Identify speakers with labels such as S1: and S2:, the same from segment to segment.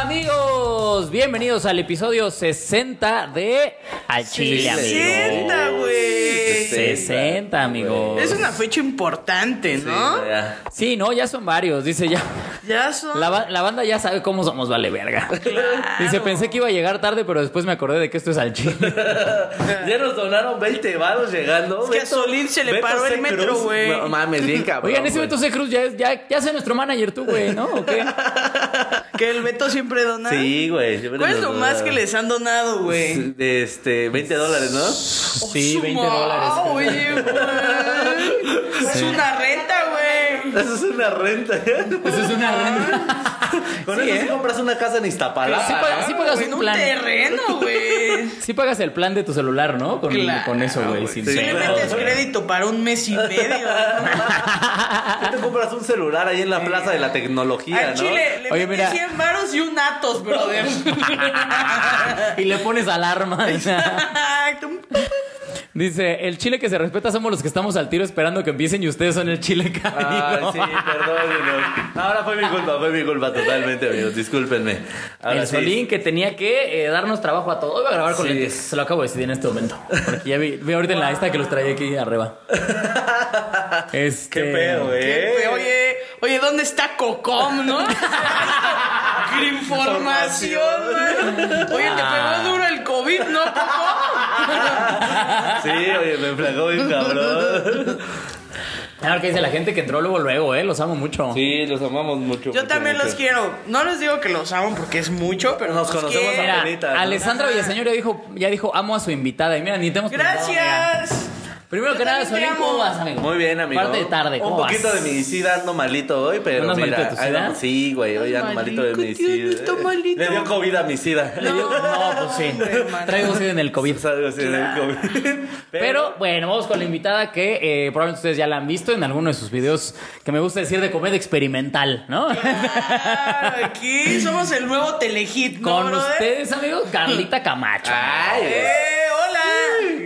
S1: amigos, bienvenidos al episodio 60 de Al Chile, amigos.
S2: 60, güey.
S1: 60, amigos.
S2: Es una fecha importante, ¿no?
S3: ya.
S1: Sí, no, ya son varios, dice ya.
S2: Ya son.
S1: La, ba- la banda ya sabe cómo somos, vale verga. Dice, pensé que iba a llegar tarde, pero después me acordé de que esto es al chile.
S3: Ya nos donaron 20 varos llegando.
S2: Ah. Es que a Solín se le paró el
S3: C.
S2: metro,
S3: Cruz.
S2: güey.
S3: No mames, bien cabrón.
S1: Oigan, ese
S3: güey.
S1: Beto C. Cruz ya es, ya, ya sé nuestro manager tú, güey, ¿no? ¿O qué?
S2: Que el Beto siempre dona.
S3: Sí, güey. siempre
S2: ¿Cuál es
S3: nos
S2: lo más
S3: donaron.
S2: que les han donado, güey?
S3: De este, 20 dólares, ¿no?
S1: Sí, 20 dólares.
S2: Ah, Oye, güey. Es una renta, güey.
S3: Eso es una renta.
S1: Eso es una renta.
S3: Con eso
S2: ¿eh?
S3: sí compras una casa en Iztapalapa.
S1: Sí, pues, pa- sí pagas
S2: Güey, en
S1: un
S2: un
S1: plan.
S2: terreno, güey.
S1: Sí pagas el plan de tu celular, ¿no? Con,
S2: Claro,
S1: con eso, güey. sin
S3: Sí,
S2: Si le
S1: pedo.
S3: claro.
S2: metes crédito para un mes y medio.
S3: Tú te compras un celular ahí en la plaza de la tecnología,
S2: Al
S3: ¿no?
S2: Chile le
S1: Oye,
S2: metes
S1: mira.
S2: 100 varos y un Atos, brother.
S1: Y le pones alarma. Dice, el chile que se respeta somos los que estamos al tiro esperando que empiecen y ustedes son el chile caído.
S3: Ay, sí, perdónenos. Ahora fue mi culpa, fue mi culpa totalmente, amigos. Discúlpenme. Ahora
S1: el
S3: sí.
S1: solín que tenía que eh, darnos trabajo a todos. Hoy voy a grabar con
S3: Sí.
S1: lentes. Se lo acabo de decidir en este momento. Porque ya vi, vi ahorita en la esta que los traía aquí arriba. Este,
S3: Qué pedo, eh. güey.
S2: Oye, oye, ¿dónde está Cocom, no? ¡Qué información, güey! Oye, te pegó duro el COVID, ¿no, Cocom?
S3: Sí, oye, me enflacó bien cabrón.
S1: A ver qué dice la gente que entró luego, luego, ¿eh? Los amo mucho.
S3: Sí, los amamos mucho.
S2: Yo también los quiero. No les digo que los amo porque es mucho, pero
S3: Nos
S2: los
S3: conocemos
S2: quiero.
S1: Mira,
S3: Abuelita, ¿no?
S1: Alessandra Villaseñor ya dijo, ya dijo, amo a su invitada. Y mira, ni te hemos preguntado, amiga.
S2: Gracias.
S1: Primero
S2: Yo
S1: que nada,
S2: también te
S1: Solín, ¿cómo
S2: amo.
S1: vas, amigo?
S3: Muy bien, amigo.
S1: Parte de tarde,
S3: Un
S1: ¿cómo
S3: poquito
S1: vas?
S3: de mi sida ando malito hoy, pero
S1: ¿Andas malito
S3: mira,
S1: de tu
S3: ahí
S1: sida?
S3: vamos. Sí, güey, hoy ando
S2: Malito,
S3: malito de mi
S2: tío,
S3: sida.
S2: está malito.
S3: Le dio COVID a mi sida.
S1: Le dio- No, pues sí.
S2: No, hermano.
S1: Traigo sed en el COVID.
S3: Es algo así, le dio COVID.
S1: Pero bueno, vamos con la invitada que eh, probablemente ustedes ya la han visto en alguno de sus videos que me gusta decir de comedia experimental, ¿no?
S2: Ah, aquí somos el nuevo Telehit, ¿no,
S1: con
S2: brother?
S1: ustedes, amigos, Carlita Camacho.
S3: Ay, güey.
S2: ¡Eh,
S3: Ay,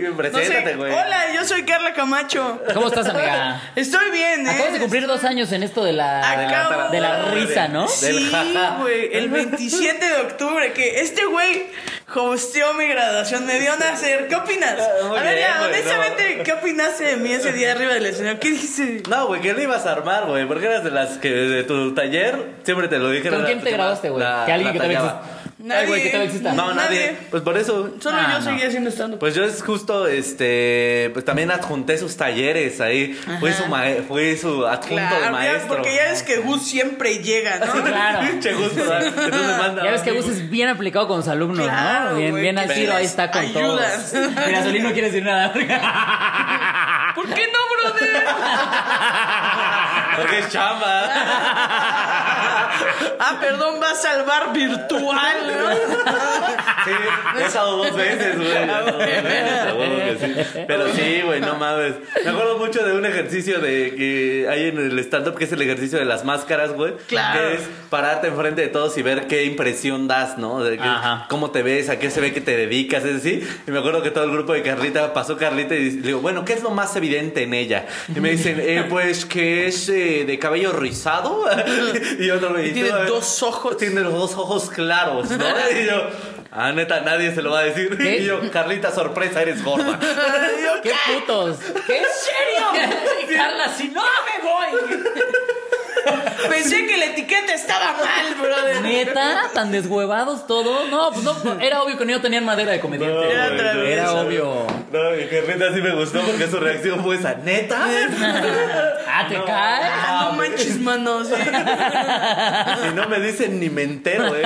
S2: hola!
S3: preséntate,
S2: No sé-
S3: güey.
S2: Hola, yo soy Carla Camacho.
S1: ¿Cómo estás, amiga?
S2: Estoy bien, ¿eh?
S1: Acabas de cumplir dos años en esto de
S2: Ah,
S1: la,
S2: Acabo.
S1: de la risa, ¿no?
S3: Del
S2: Sí,
S3: jaja.
S2: güey, el 27 de octubre, que este güey hosteó mi graduación, me dio nacer. ¿Qué opinas?
S3: Ah, Muy
S2: A ver,
S3: bien,
S2: ya,
S3: güey,
S2: honestamente,
S3: no.
S2: ¿qué opinaste de mí ese día arriba del escenario? ¿Qué dijiste?
S3: No, güey, que no ibas a armar, güey, porque eras de las que de tu taller siempre te lo dije.
S1: ¿Con
S3: era
S1: quién
S3: la-
S1: te grabaste, güey?
S3: la-
S1: Que alguien
S3: la
S1: que todavía
S3: tallaba.
S1: exista. Ay, güey, que todavía exista.
S3: No, nadie.
S2: Nadie.
S3: Pues por eso.
S2: Solo
S1: Ah,
S2: yo
S1: no.
S2: seguía haciendo stand-up.
S3: Pues yo es justo, este, pues también adjunté sus talleres ahí. Fui su, mae- fui su adjunto
S2: Claro,
S3: de
S2: ya,
S3: maestro.
S2: porque ya es que Gus siempre llega, ¿no?
S1: Claro.
S3: Pinche gusto, ¿verdad? Entonces me manda.
S1: Ya ves que Gus es bien aplicado con sus alumnos,
S2: Claro,
S1: ¿no? Bien,
S2: güey,
S1: bien
S2: que
S1: al tiro, ahí está con
S2: ayuda.
S1: todos. Mira, Solín no quiere decir nada.
S2: ¿Por qué no, brother?
S3: Porque es chamba.
S2: Ah, perdón, va a salvar virtual, ¿no?
S3: Sí, he estado dos veces, güey. he
S2: Ah,
S3: estado dos veces, a huevo que sí. Pero sí, güey, no mames. Me acuerdo mucho de un ejercicio de que hay en el stand-up que es el ejercicio de las máscaras, güey.
S2: Claro.
S3: Que es pararte enfrente de todos y ver qué impresión das, ¿no? De que-
S1: Ajá.
S3: cómo te ves, a qué se ve que te dedicas, es decir. Y me acuerdo que todo el grupo de Carlita pasó Carlita y le digo, bueno, ¿qué es lo más evidente en ella? Y me dicen, eh, pues que es eh, de cabello rizado. y otro me
S2: Y tiene
S3: "No, eh,
S2: dos ojos.
S3: Tiene los dos ojos claros, ¿no? Y yo, ah, neta, nadie se lo va a decir.
S1: ¿Qué?
S3: Y yo, Carlita, sorpresa, eres gorda.
S1: ¡Qué putos! ¿Qué? ¿En serio? Carla, si no me voy.
S2: Pensé que la etiqueta estaba mal, brother.
S1: ¿Neta? ¿Tan deshuevados todos? No, pues no, era obvio que no tenían madera de comediante.
S3: No,
S2: Era
S3: güey,
S2: otra
S3: no,
S2: vez.
S1: Era
S3: no,
S1: obvio.
S3: No, y Carlita sí me gustó porque su reacción fue esa, neta.
S1: Ah, ¿te cae?
S2: Ah, no manches, mano. sí.
S3: Si no me dicen ni me entero, ¿eh?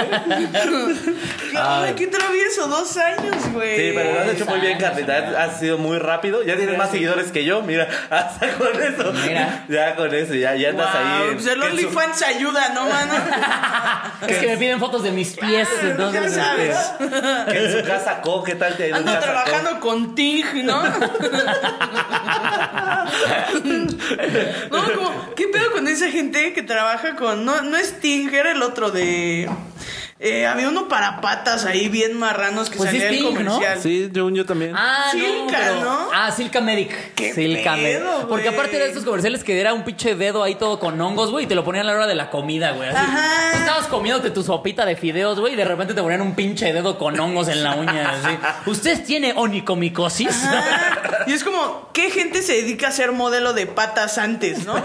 S2: Ay, qué travieso, dos años, güey.
S3: Sí, pero lo has hecho muy bien, Carlita. Has sido muy rápido. Ya tienes más seguidores que yo, mira. Hasta con eso.
S1: Mira.
S3: Ya con eso, ya, ya andas ahí.
S2: Wow,
S3: en-
S2: pues el
S3: que en su-
S2: OnlyFans ayuda, ¿no, mano?
S1: Es que me piden fotos de mis pies,
S2: ya
S1: entonces. este,
S2: sabes.
S3: que en su casa co, ¿qué tal te ha ido en
S2: Ando
S3: casa co?
S2: trabajando con Ting, ¿no? No, como, ¿qué pedo con esa gente que trabaja con. No, no es Ting, era el otro de. Eh, había uno para patas ahí bien marranos que
S1: Pues
S2: salía
S1: es
S2: del
S1: Pink, ¿no?
S2: comercial.
S4: Sí, según yo también.
S1: Ah, no,
S2: Silka,
S1: pero-
S2: ¿no?
S1: Ah, Silka Medic.
S2: ¿Qué
S1: Silka
S2: pedo,
S1: Medic.
S2: güey?
S1: Porque aparte de estos comerciales que era un pinche dedo ahí todo con hongos, güey, y te lo ponían a la hora de la comida, güey. así.
S2: Ajá.
S1: Tú estabas comiéndote tu sopita de fideos, güey, y de repente te ponían un pinche dedo con hongos en la uña, así. ¿Usted tiene onicomicosis?
S2: Ah, y es como, ¿qué gente se dedica a ser modelo de patas antes, no?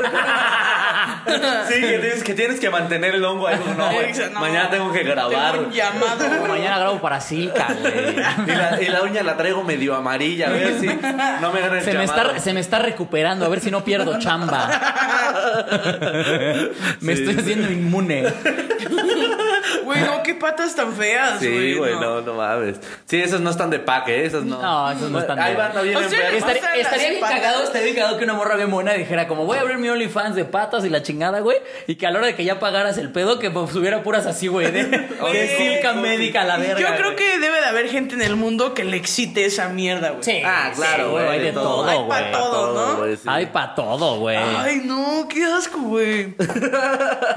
S3: Sí, que tienes, que tienes que mantener el hongo ahí. No, güey,
S2: No,
S3: mañana tengo que grabar.
S2: Tengo un llamado.
S1: Mañana grabo para Silka, güey.
S3: Y la, y la uña la traigo medio amarilla, a ver si no me agarra el
S1: Se me,
S3: llamado.
S1: está, se me está recuperando, a ver si no pierdo chamba. me estoy haciendo inmune.
S2: Güey, no, qué patas tan feas, güey.
S3: Sí, güey,
S2: no.
S3: no, no mames. Sí, esas no están de paque, esas no.
S1: No, esas no están de-
S3: Ahí van, no vienen
S2: O sea,
S3: verdes.
S1: Estaría,
S2: Pasan las
S1: estaría bien
S2: patas.
S1: cagado, estaría bien cagado que una morra bien buena dijera como voy a abrir mi OnlyFans de patas y la chingada, güey. Y que a la hora de que ya pagaras el pedo, que pues, subiera puras así, güey. De, de Silka médica a la verga.
S2: Yo creo
S1: güey.
S2: que debe de haber gente en el mundo que le excite esa mierda, güey.
S1: Sí,
S3: Ah, claro,
S1: sí,
S3: güey,
S1: Hay de todo,
S2: Hay pa'
S1: güey.
S2: todo, ¿no?
S3: güey, sí.
S1: Hay pa' todo, güey.
S2: Ay, no, qué asco, güey.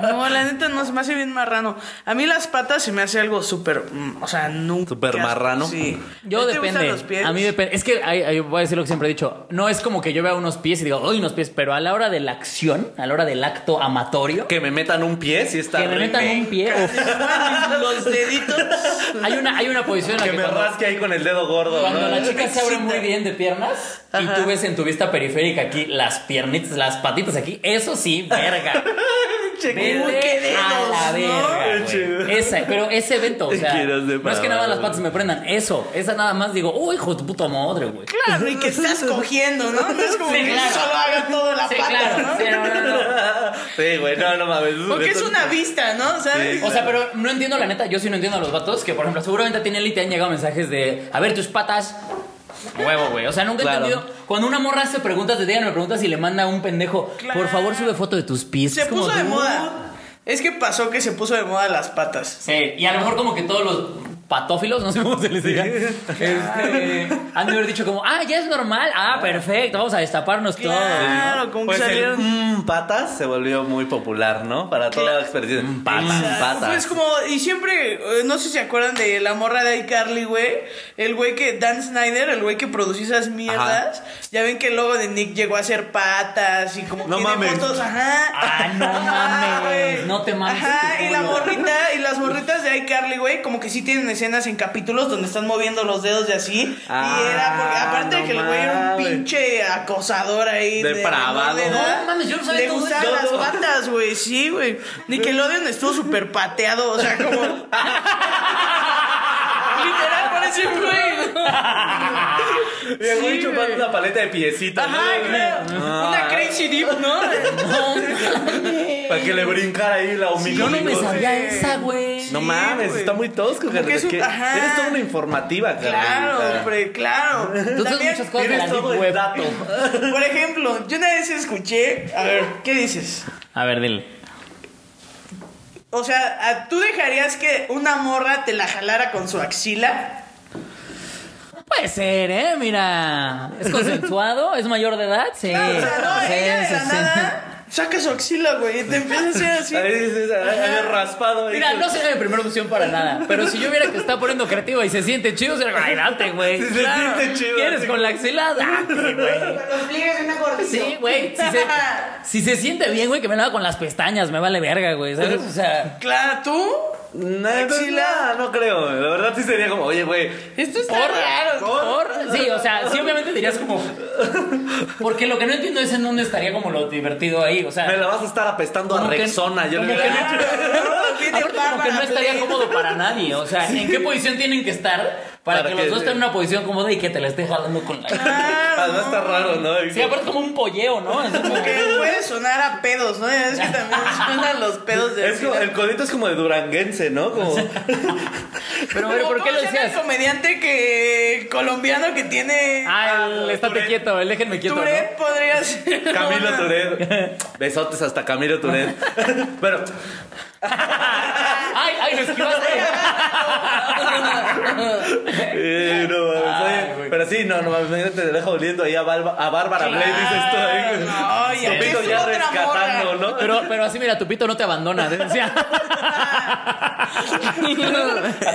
S2: No, la neta no se me hace bien marrano. A mí las patas se me hace algo súper. mm, O sea, nunca.
S3: ¿Súper
S2: qué asco,
S3: marrano?
S2: Sí.
S1: Yo
S2: ¿No te
S1: depende.
S2: gustan los pies?
S1: A mí depende. Es que ay, ay, voy a decir lo que siempre he dicho. No es como que yo vea unos pies y digo, ¡ay, unos pies! Pero a la hora de la acción, a la hora del acto amatorio,
S3: Que me metan un pie, si está
S1: que me
S3: re-
S1: metan un pie. uf.
S2: Los deditos.
S1: hay, una, hay una posición en la
S3: Que
S1: que,
S3: me
S1: cuando-
S3: rasque ahí con el dedo gordo,
S1: Cuando
S3: ¿no?
S1: la chica se abre muy bien de piernas
S2: Ajá.
S1: y tú ves en tu vista periférica aquí las piernitas, las patitas aquí, eso sí, verga. Vete
S2: Uy, qué dedos,
S1: a la
S2: ¿no?
S1: verga, güey. Esa, pero ese evento, o sea,
S3: Quiero separar,
S1: no es que nada más las patas me prendan, eso, esa nada más digo, uy, hijo de tu puta madre, güey.
S2: Claro, y que estás cogiendo, ¿no? No es como
S1: Sí,
S2: que
S1: claro.
S2: solo haga todo la
S1: Sí,
S2: pata,
S1: claro,
S2: ¿no?
S1: sí, no, no, no.
S3: Sí, güey, no, no mames.
S2: Porque es una vista, ¿no? ¿Sabes?
S1: O sea, pero no entiendo la neta, yo sí no entiendo a los vatos que, por ejemplo, seguramente a ti Nelly te han llegado mensajes de, a ver, tus patas... Huevo, güey. O sea, nunca he
S3: Claro.
S1: entendido. Cuando una morra hace preguntas de día, me preguntas si le manda a un pendejo,
S2: Claro.
S1: por favor, sube foto de tus pies.
S2: se
S1: Es como,
S2: puso de
S1: "Dude".
S2: moda. Es que pasó que se puso de moda las patas.
S1: Sí, y a lo mejor como que todos los patófilos, no sé cómo se les diga, este, han de haber dicho como, ah, ya es normal, ah, perfecto, vamos a destaparnos todo.
S2: Claro, como que
S3: Pues el
S2: salieron.
S3: mm, patas se volvió muy popular, ¿no? Para toda la experiencia. Mm,
S1: Ah,
S3: patas. patas.
S2: Pues como, y siempre, eh, no sé si se acuerdan de la morra de iCarly, güey. El güey que, Dan Snyder, el güey que producía esas mierdas. Ya ven que el logo de Nick llegó a ser patas y como
S3: No
S2: tiene
S3: mames.
S2: fotos, ajá.
S1: Ah, no
S2: Ajá,
S1: mames,
S2: güey.
S1: no te mames
S2: Ajá,
S1: tu
S2: y la
S1: culo.
S2: morrita, y las morritas de iCarly, güey, como que sí tienen escenas en capítulos donde están moviendo los dedos de así.
S3: Ah,
S2: y era porque, aparte de
S3: no
S2: que el güey era un
S3: mames.
S2: pinche acosador ahí. de
S3: Depravado.
S2: menor de edad,
S1: No mames, yo no sabía
S2: Le
S1: todo
S2: gustaban
S1: eso.
S2: las patas, güey, sí, güey. Nickelodeon estuvo súper pateado, o sea, como. Literal, parece un güey.
S3: Y el güey
S2: sí,
S3: chupando
S2: güey.
S3: una paleta de piecitos. Ah,
S2: Ajá, claro. Una Crazy Deep, ¿no?
S3: Para que le brincara ahí la humilde.
S1: Yo no me sabía esa, güey.
S3: No mames,
S2: güey.
S3: está muy tosco,
S2: Como que
S3: Carlita,
S2: es un-
S3: que
S2: ajá.
S3: Eres toda una informativa,
S2: Claro,
S3: Carlita.
S2: hombre, claro.
S1: Tú sabes
S2: También,
S1: muchas cosas de la
S3: Eres
S1: Deep
S3: todo el
S1: Web.
S3: dato.
S2: Por ejemplo, yo una vez escuché. A ver, ¿qué dices?
S1: A ver, dile.
S2: O sea, ¿a- ¿tú dejarías que una morra te la jalara con su axila?
S1: Puede ser, ¿eh? Mira. ¿Es consensuado? ¿Es mayor de edad? Sí.
S2: Claro, o sea, no,
S1: Sí,
S2: ella de
S1: sí,
S2: la
S1: sí.
S2: nada saca su axila, güey, y te empieza a hacer así.
S3: A veces a raspado. ahí.
S1: Mira, no sería mi primera opción para nada. Pero si yo viera que está poniendo creativa y se siente chido, sería como, ay, date, güey.
S3: Se siente chido,
S1: ¿Quieres
S3: así
S1: con la axila? Date, güey.
S2: Los pliegues de una gordita.
S1: Sí, güey. Si se, si se siente bien, güey, que me lo haga con las pestañas, me vale verga, güey. ¿Sabes? O sea.
S2: Claro, tú.
S3: No, no, no creo. La verdad sí sería como, oye, güey.
S2: Esto está
S1: Por,
S2: raro.
S1: por- sí, o sea, sí, obviamente dirías como. Porque lo que no entiendo es en dónde estaría como lo divertido ahí. O sea,
S3: Me la vas a estar apestando a
S1: Como que-
S3: Rexona. Yo le
S1: como
S3: diría,
S1: que Aparte,
S2: Tiene
S1: como que no
S2: Bárbara
S1: estaría
S2: Blake.
S1: cómodo para nadie. O sea, ¿en qué posición tienen que estar para,
S3: Para
S1: que,
S3: que-
S1: los dos estén en una posición cómoda y que te la esté jalando con la.
S2: Claro,
S3: "Ah, no está raro, ¿no? Y
S1: Sí, aparte como un polleo, ¿no? Así como-
S2: Que puede sonar a pedos, ¿no? Es que también suenan los pedos de.
S3: Es como- el codito es como de duranguense, ¿no? Como,
S1: Pero, pero, ¿por qué
S2: ¿cómo
S1: lo
S2: se llama
S1: decías?
S2: El comediante que colombiano que tiene.
S1: Ah, el estate quieto, el déjenme quieto. ¿no?
S2: Tourette podría ser.
S3: Camilo
S2: una-
S3: Turet. Besotes hasta Camilo Turet. Pero
S1: Ay, ay, lo esquivaste.
S3: Eh, no mames, oye, pero sí, no, no mames, imagínate, te deja oliendo ahí a, Balba- a Bárbara Blake, dices tú ahí.
S2: No, y
S3: Topito
S2: es
S3: ya
S2: otra
S3: rescatando,
S2: morra.
S3: ¿no?
S1: Pero, pero así, mira, tu pito no te abandona. decía.
S3: Así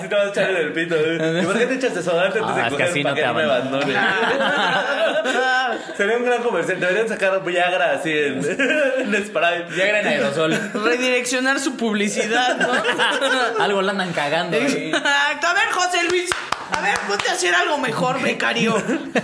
S3: te vas a echar en el pito. ¿eh? ¿Y ¿Por qué te echas desodorante antes
S1: Ah,
S3: de
S1: es que
S3: coger
S1: así
S3: para
S1: no
S3: que
S1: te
S3: no me abandone?
S2: Ah.
S3: Sería un gran comercial. Deberían sacar Viagra así en, en spray.
S1: Viagra en aerosol.
S2: Redireccionar su publicidad, ¿no?
S1: Algo la andan cagando. ahí.
S2: Exacto. A ver, José Luis. A ver, ponte a hacer algo mejor, becario.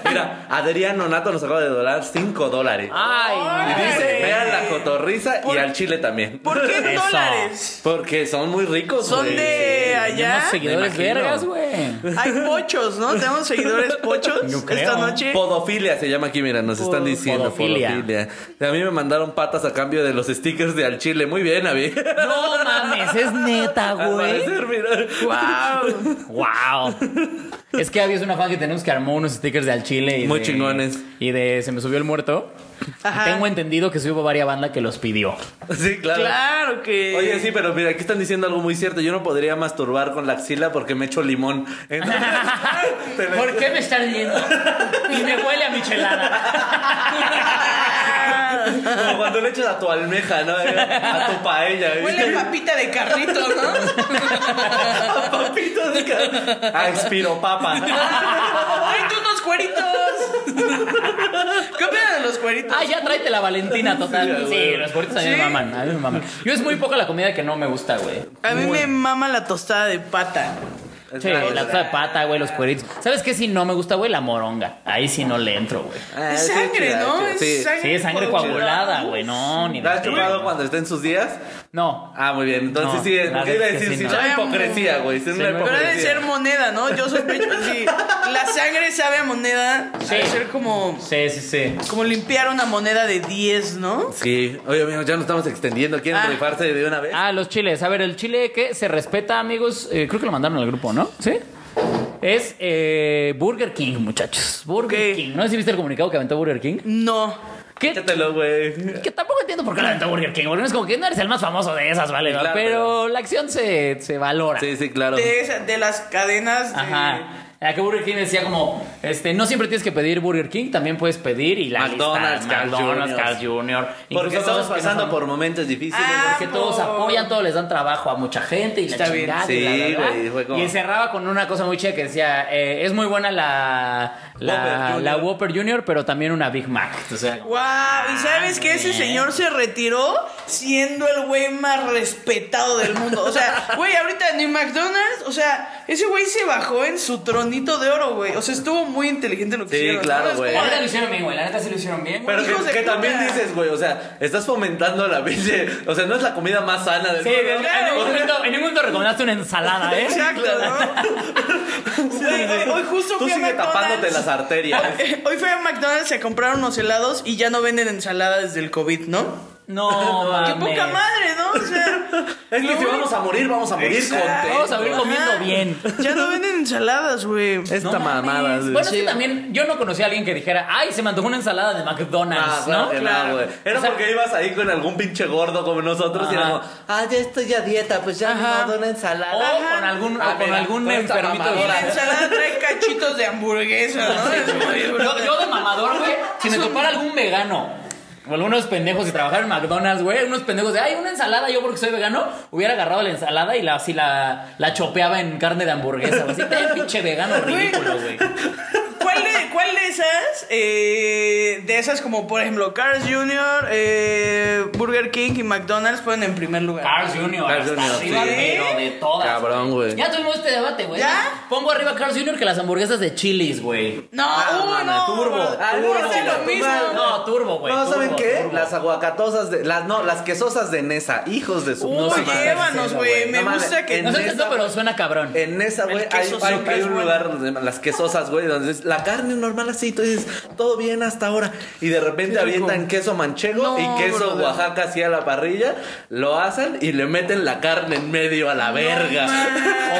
S3: Mira, Adrián Nonato nos acaba de donar 5 dólares.
S1: Ay,
S3: Y
S1: no.
S3: dice,
S2: Ay.
S3: vean la cotorriza y
S2: Ah, Por-
S3: al chile también.
S2: ¿Por qué en
S1: Eso.
S2: dólares?
S3: Porque son muy ricos,
S2: Son
S3: güey.
S2: de allá.
S1: Unos seguidores
S3: Me imagino.
S1: vergas, güey.
S2: Hay pochos, ¿no? Tenemos seguidores pochos
S1: Yo creo.
S2: esta noche.
S3: Podofilia se llama aquí, mira, nos están diciendo
S1: podofilia.
S3: podofilia. A mí me mandaron patas a cambio de los stickers de al chile. Muy bien, Avi.
S1: No mames, es neta,
S3: Al
S1: Ah, güey.
S3: parecer, mira.
S2: Wow.
S1: Wow. Es que había una fan que tenemos que armó unos stickers de al chile y
S3: Muy
S1: de-
S3: chingones.
S1: Y de se me subió el muerto.
S2: Ajá.
S1: Tengo entendido que sí hubo varias bandas que los pidió.
S3: Sí, claro.
S2: Claro que.
S3: Oye, sí, pero mira, aquí están diciendo algo muy cierto. Yo no podría masturbar con la axila porque me echo limón. Entonces, te la-
S1: ¿Por qué me estás viendo? Y me huele a michelada.
S3: Como cuando le echas a tu almeja, ¿no? A tu paella. ¿eh?
S2: Huele a papita de carrito, ¿no?
S3: a papito de ca- Ah, A espiropapa.
S2: ¡Ay, tú unos cueritos! ¿Qué opinan de los cueritos?
S1: Ah, ya tráete la Valentina total.
S3: Sí,
S1: Sí,
S3: güey.
S1: los gorditos a mí
S2: Sí.
S1: me maman. A mí me maman. Yo es muy poca la comida que no me gusta, güey.
S2: A mí
S1: Muy-
S2: me mama la tostada de pata.
S1: Sí,
S3: Ah,
S1: la pata de pata, güey, los cueritos. ¿Sabes qué? Si no me gusta, güey, la moronga. Ahí sí no le entro, güey.
S3: Ah,
S2: es
S3: sí,
S2: sangre,
S3: chida,
S2: ¿no?
S3: chida.
S2: Es
S3: Sí.
S1: Sí, es sangre coagulada, güey. No, ni
S3: ¿La has
S1: de-
S3: chupado cuando está en sus días?
S1: No.
S3: Ah, muy bien. Entonces
S1: No,
S3: sí,
S1: la
S3: porque
S1: verdad
S3: iba a
S1: es que
S3: decir,
S1: sí,
S3: sí,
S1: no.
S3: es una hipocresía, güey. Sí, es
S1: Sí,
S3: una
S1: no.
S2: Pero ha de
S3: hipocresía.
S2: ser moneda, ¿no? Yo sospecho que sí. La sangre sabe a moneda. Ha de
S1: Sí.
S2: ser como,
S1: Sí, sí, sí.
S2: como limpiar una moneda de 10, ¿no?
S3: Sí, oye, amigos, ya nos estamos extendiendo. ¿Quieren
S2: Ah.
S3: rifarse de una vez?
S1: Ah, los chiles. A ver, el chile que se respeta, amigos. eh, creo que lo mandaron al grupo, ¿no? Sí. Es eh, Burger King, muchachos. Burger
S2: Ok.
S1: King. No sé si viste el comunicado que aventó Burger King.
S2: No.
S1: ¿Qué?
S3: Échatelo, güey.
S1: Que tampoco entiendo por qué lo aventó Burger King, porque no es como que no eres el más famoso de esas, ¿vale?
S3: Claro,
S1: pero la acción se, se valora.
S3: Sí, sí, claro.
S2: De, esa- de las cadenas. de-
S1: Ajá. La que Burger King decía como, este, no siempre tienes que pedir Burger King, también puedes pedir y la
S3: McDonald's,
S1: lista,
S3: Carl
S1: McDonald's,
S3: Jr.
S1: Carl Jr.
S3: Porque
S1: incluso cosas
S3: estamos
S1: que no
S3: pasando
S1: son-
S3: por momentos difíciles.
S2: Ah,
S1: que todos
S2: Amor.
S1: apoyan, todos les dan trabajo a mucha gente y la
S2: Está bien.
S1: chingada
S3: Sí,
S1: y la, la, la.
S3: güey, fue como-
S1: Y cerraba con una cosa muy chida que decía, eh, es muy buena la, la,
S3: Whopper
S1: la
S3: Junior.
S1: Whopper Junior, pero también una Big Mac. O sea,
S2: Wow, ¿y sabes que ese
S1: Bien.
S2: señor se retiró siendo el güey más respetado del mundo? O sea, güey, ahorita ni McDonald's, o sea, ese güey se bajó en su tronito de oro, güey. O sea, estuvo muy inteligente lo que
S3: Sí,
S2: hicieron,
S3: claro,
S2: ¿no? Es
S3: güey.
S1: la
S2: como-
S1: neta lo hicieron bien, güey, la neta sí lo hicieron bien. güey.
S3: Pero
S2: Hijos
S3: que,
S2: de
S3: que
S2: puta.
S3: también dices, güey, o sea, estás fomentando la pinche. O sea, no es la comida más sana del
S1: Sí,
S3: mundo.
S1: en, en ningún momento, en ningún momento recomendaste una ensalada, ¿eh?
S2: Exacto, ¿no? Güey, hoy- hoy justo
S3: Tú
S2: fui a
S3: sigue tapándote
S2: McDonald's.
S3: las arterias.
S2: Eh, Hoy fui a McDonald's a comprar unos helados y ya no venden ensaladas desde el COVID, ¿no?
S1: No,
S2: Qué
S3: Ah,
S1: mames.
S2: poca madre, ¿no? O sea,
S3: Es que
S2: lo
S3: si
S2: único-
S3: vamos a morir, vamos a morir
S2: Exacto.
S3: contentos.
S1: Vamos a morir comiendo
S2: Ajá.
S1: bien.
S2: Ya no venden ensaladas, güey.
S3: Esta mamada. güey.
S1: Bueno, es que
S3: Sí.
S1: también yo no conocí a alguien que dijera, ay, se me antojó una ensalada de
S3: Ah,
S1: McDonald's,
S3: claro
S1: ¿no?
S3: que
S2: Claro.
S3: no, güey. Era
S1: O sea-
S3: porque ibas ahí con algún pinche gordo como nosotros y era
S1: Ajá.
S3: como, ah, ya estoy a dieta, pues ya
S2: Ajá.
S3: no doy una ensalada.
S1: O con algún,
S3: Ah,
S1: o con
S3: mira,
S1: algún
S3: toda esta
S1: enfermito. de-
S2: Y la
S3: mamadora.
S2: ensalada trae cachitos de hamburguesa, ¿no? Es muy-
S1: Yo, yo de mamador, güey, si me topara algún vegano o algunos pendejos y trabajar en McDonald's, güey, unos pendejos de, ay, una ensalada, yo porque soy vegano, hubiera agarrado la ensalada y la, así la, la chopeaba en carne de hamburguesa. güey. Así está pinche vegano ridículo, güey.
S2: ¿Cuál de, cuál de esas, eh, de esas como por ejemplo Cars Jr., eh, Burger King y McDonald's fueron en primer lugar?
S1: Carl Jr.
S3: Carl
S1: hasta
S3: Jr.,
S1: arriba,
S3: sí.
S1: pero de todas.
S3: Cabrón, güey.
S1: Ya tuvimos este debate, güey.
S2: ¿Ya?
S1: Pongo arriba a Carl Jr. que las hamburguesas de chilis, güey.
S2: No,
S3: Ah,
S2: uh,
S3: mames,
S2: no.
S3: turbo. Ah,
S2: turbo
S3: no,
S2: es lo
S3: no,
S2: mismo.
S3: no,
S1: No, turbo, güey.
S3: No,
S1: turbo,
S3: ¿saben qué?
S1: turbo.
S3: Las aguacatosas de. Las, no, las quesosas de Nesa, hijos de su
S2: Uy,
S3: puta madre.
S2: llévanos, güey.
S3: No
S2: Me
S3: mames,
S2: gusta que.
S3: en
S1: No sé qué
S3: Nesa,
S1: es, pero suena cabrón.
S3: En Nesa, güey,
S2: El
S3: hay,
S2: queso
S3: hay-
S2: siempre
S3: hay
S2: es
S3: un
S2: bueno.
S3: lugar donde las quesosas, güey, donde es la carne normal así, tú dices, todo bien hasta ahora. Y de repente avientan queso manchego
S2: No,
S3: y queso
S2: brother.
S3: Oaxaca así a la parrilla, lo hacen y le meten la carne en medio a la verga.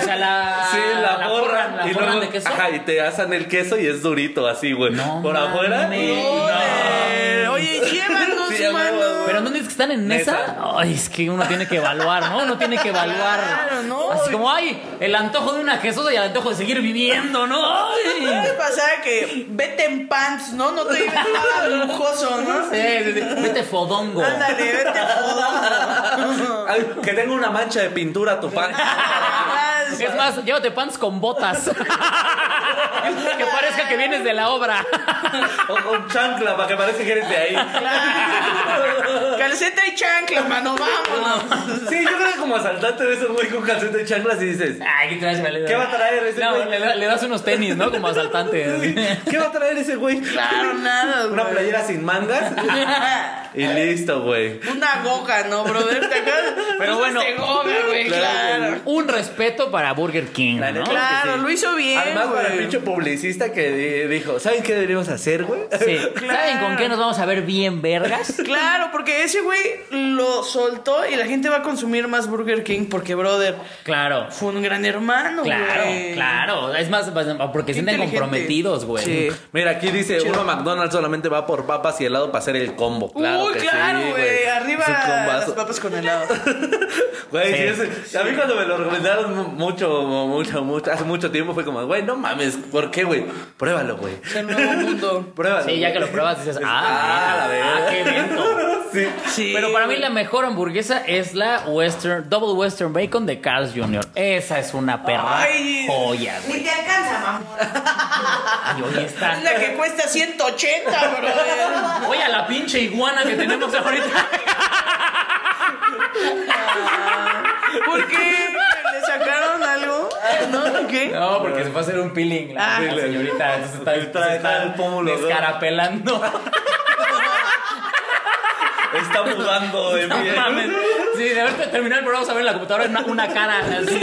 S1: O sea, la.
S3: Sí, la,
S1: forran,
S3: borran.
S1: La
S3: y
S1: forran
S3: luego,
S1: de queso.
S3: Ajá, y te asan el queso y es durito así, güey.
S1: No
S3: Por afuera.
S1: mames.
S3: y-
S2: Oye, llévanos
S3: ya
S2: mano.
S3: nuevas, güey.
S1: Pero no dices que están en esa. Ay, es que uno tiene que evaluar, ¿no? Uno tiene que evaluar.
S2: Claro, no.
S1: Así como, ay, el antojo de una Jesús y el antojo de seguir viviendo, ¿no?
S2: ¿No
S1: Ay.
S2: les pasaba que vete en pants, no? No te lleves nada lujoso, ¿no?
S1: Sí, sí, sí. Vete fodongo.
S2: Ándale, vete a fodongo.
S3: Ay, que tenga una mancha de pintura tu pan.
S1: Es más, llévate pants con botas. que parezca que vienes de la obra.
S3: O con chancla, para que parece que eres de ahí.
S2: Calceta y chancla, mano, vámonos.
S3: Sí, yo creo que como asaltante de esos güey con calceta y chanclas y dices,
S1: Ay, ¿qué, traes, vale?
S3: ¿Qué va a traer ese
S1: No,
S3: güey?
S1: le, le das unos tenis, ¿no? Como asaltante.
S3: ¿qué va a traer ese güey?
S2: Claro, nada,
S3: Una
S2: güey.
S3: playera sin mangas y listo, güey.
S2: Una goga, ¿no, brother? ¿Te acuerdas?
S1: Pero
S2: Usaste
S1: bueno.
S2: goga, güey,
S3: Claro,
S2: claro.
S1: Un respeto para Burger King,
S3: La
S1: ¿no?
S3: neta.
S2: Claro,
S3: que sí.
S2: lo hizo bien,
S3: Además, para el
S2: güey.
S3: pinche publicista que di- dijo, ¿saben qué deberíamos hacer, güey?
S1: Sí.
S2: Claro.
S1: ¿Saben con qué nos vamos a ver bien vergas?
S2: Claro, porque ese güey lo soltó y la gente va a consumir más Burger King porque, brother,
S1: Claro.
S2: fue un gran hermano,
S1: Claro,
S2: güey.
S1: claro. Es más, pues, porque
S2: Qué
S1: sienten
S2: inteligente.
S1: comprometidos, güey.
S2: Sí.
S3: Mira, aquí dice,
S2: Chido.
S3: uno McDonald's solamente va por papas y helado para hacer el combo. Claro
S2: Uy,
S3: que
S2: claro,
S3: sí,
S2: güey. Arriba
S3: Es un
S2: las
S3: combazo.
S2: papas con helado.
S3: Güey, sí,
S1: Sí.
S3: ese- a mí cuando me lo recomendaron mu- mucho, mucho, mucho, hace mucho tiempo fue como, güey, no mames, ¿por qué, güey? Pruébalo, güey.
S2: El nuevo mundo.
S3: Pruébalo.
S1: Sí, ya que lo pruebas dices, ah,
S3: Ah,
S1: mira,
S3: la verga.
S1: ah, qué evento.
S3: Sí.
S2: Sí.
S1: Pero para mí la mejor hamburguesa es la Western, Double Western Bacon de Carl's Jr. Esa es una perra
S2: Ay.
S1: joya, güey.
S4: Ni te alcanza, mamón.
S1: Y hoy está.
S2: Es la que cuesta 180, brother.
S1: Oye, a la pinche iguana que tenemos ahorita.
S2: ¿Por qué? ¿Le sacaron algo? ¿No? ¿Qué?
S1: No, porque se fue a hacer un peeling la,
S2: Ah.
S1: la señorita. Entonces está,
S3: Está-
S1: se
S3: está el pómulo, ¿no?
S1: descarapelando.
S3: Está mudando de
S1: No
S2: ¿eh?
S3: pie.
S1: mames. Sí, de haber terminado el programa, vamos a ver en la computadora una, una cara así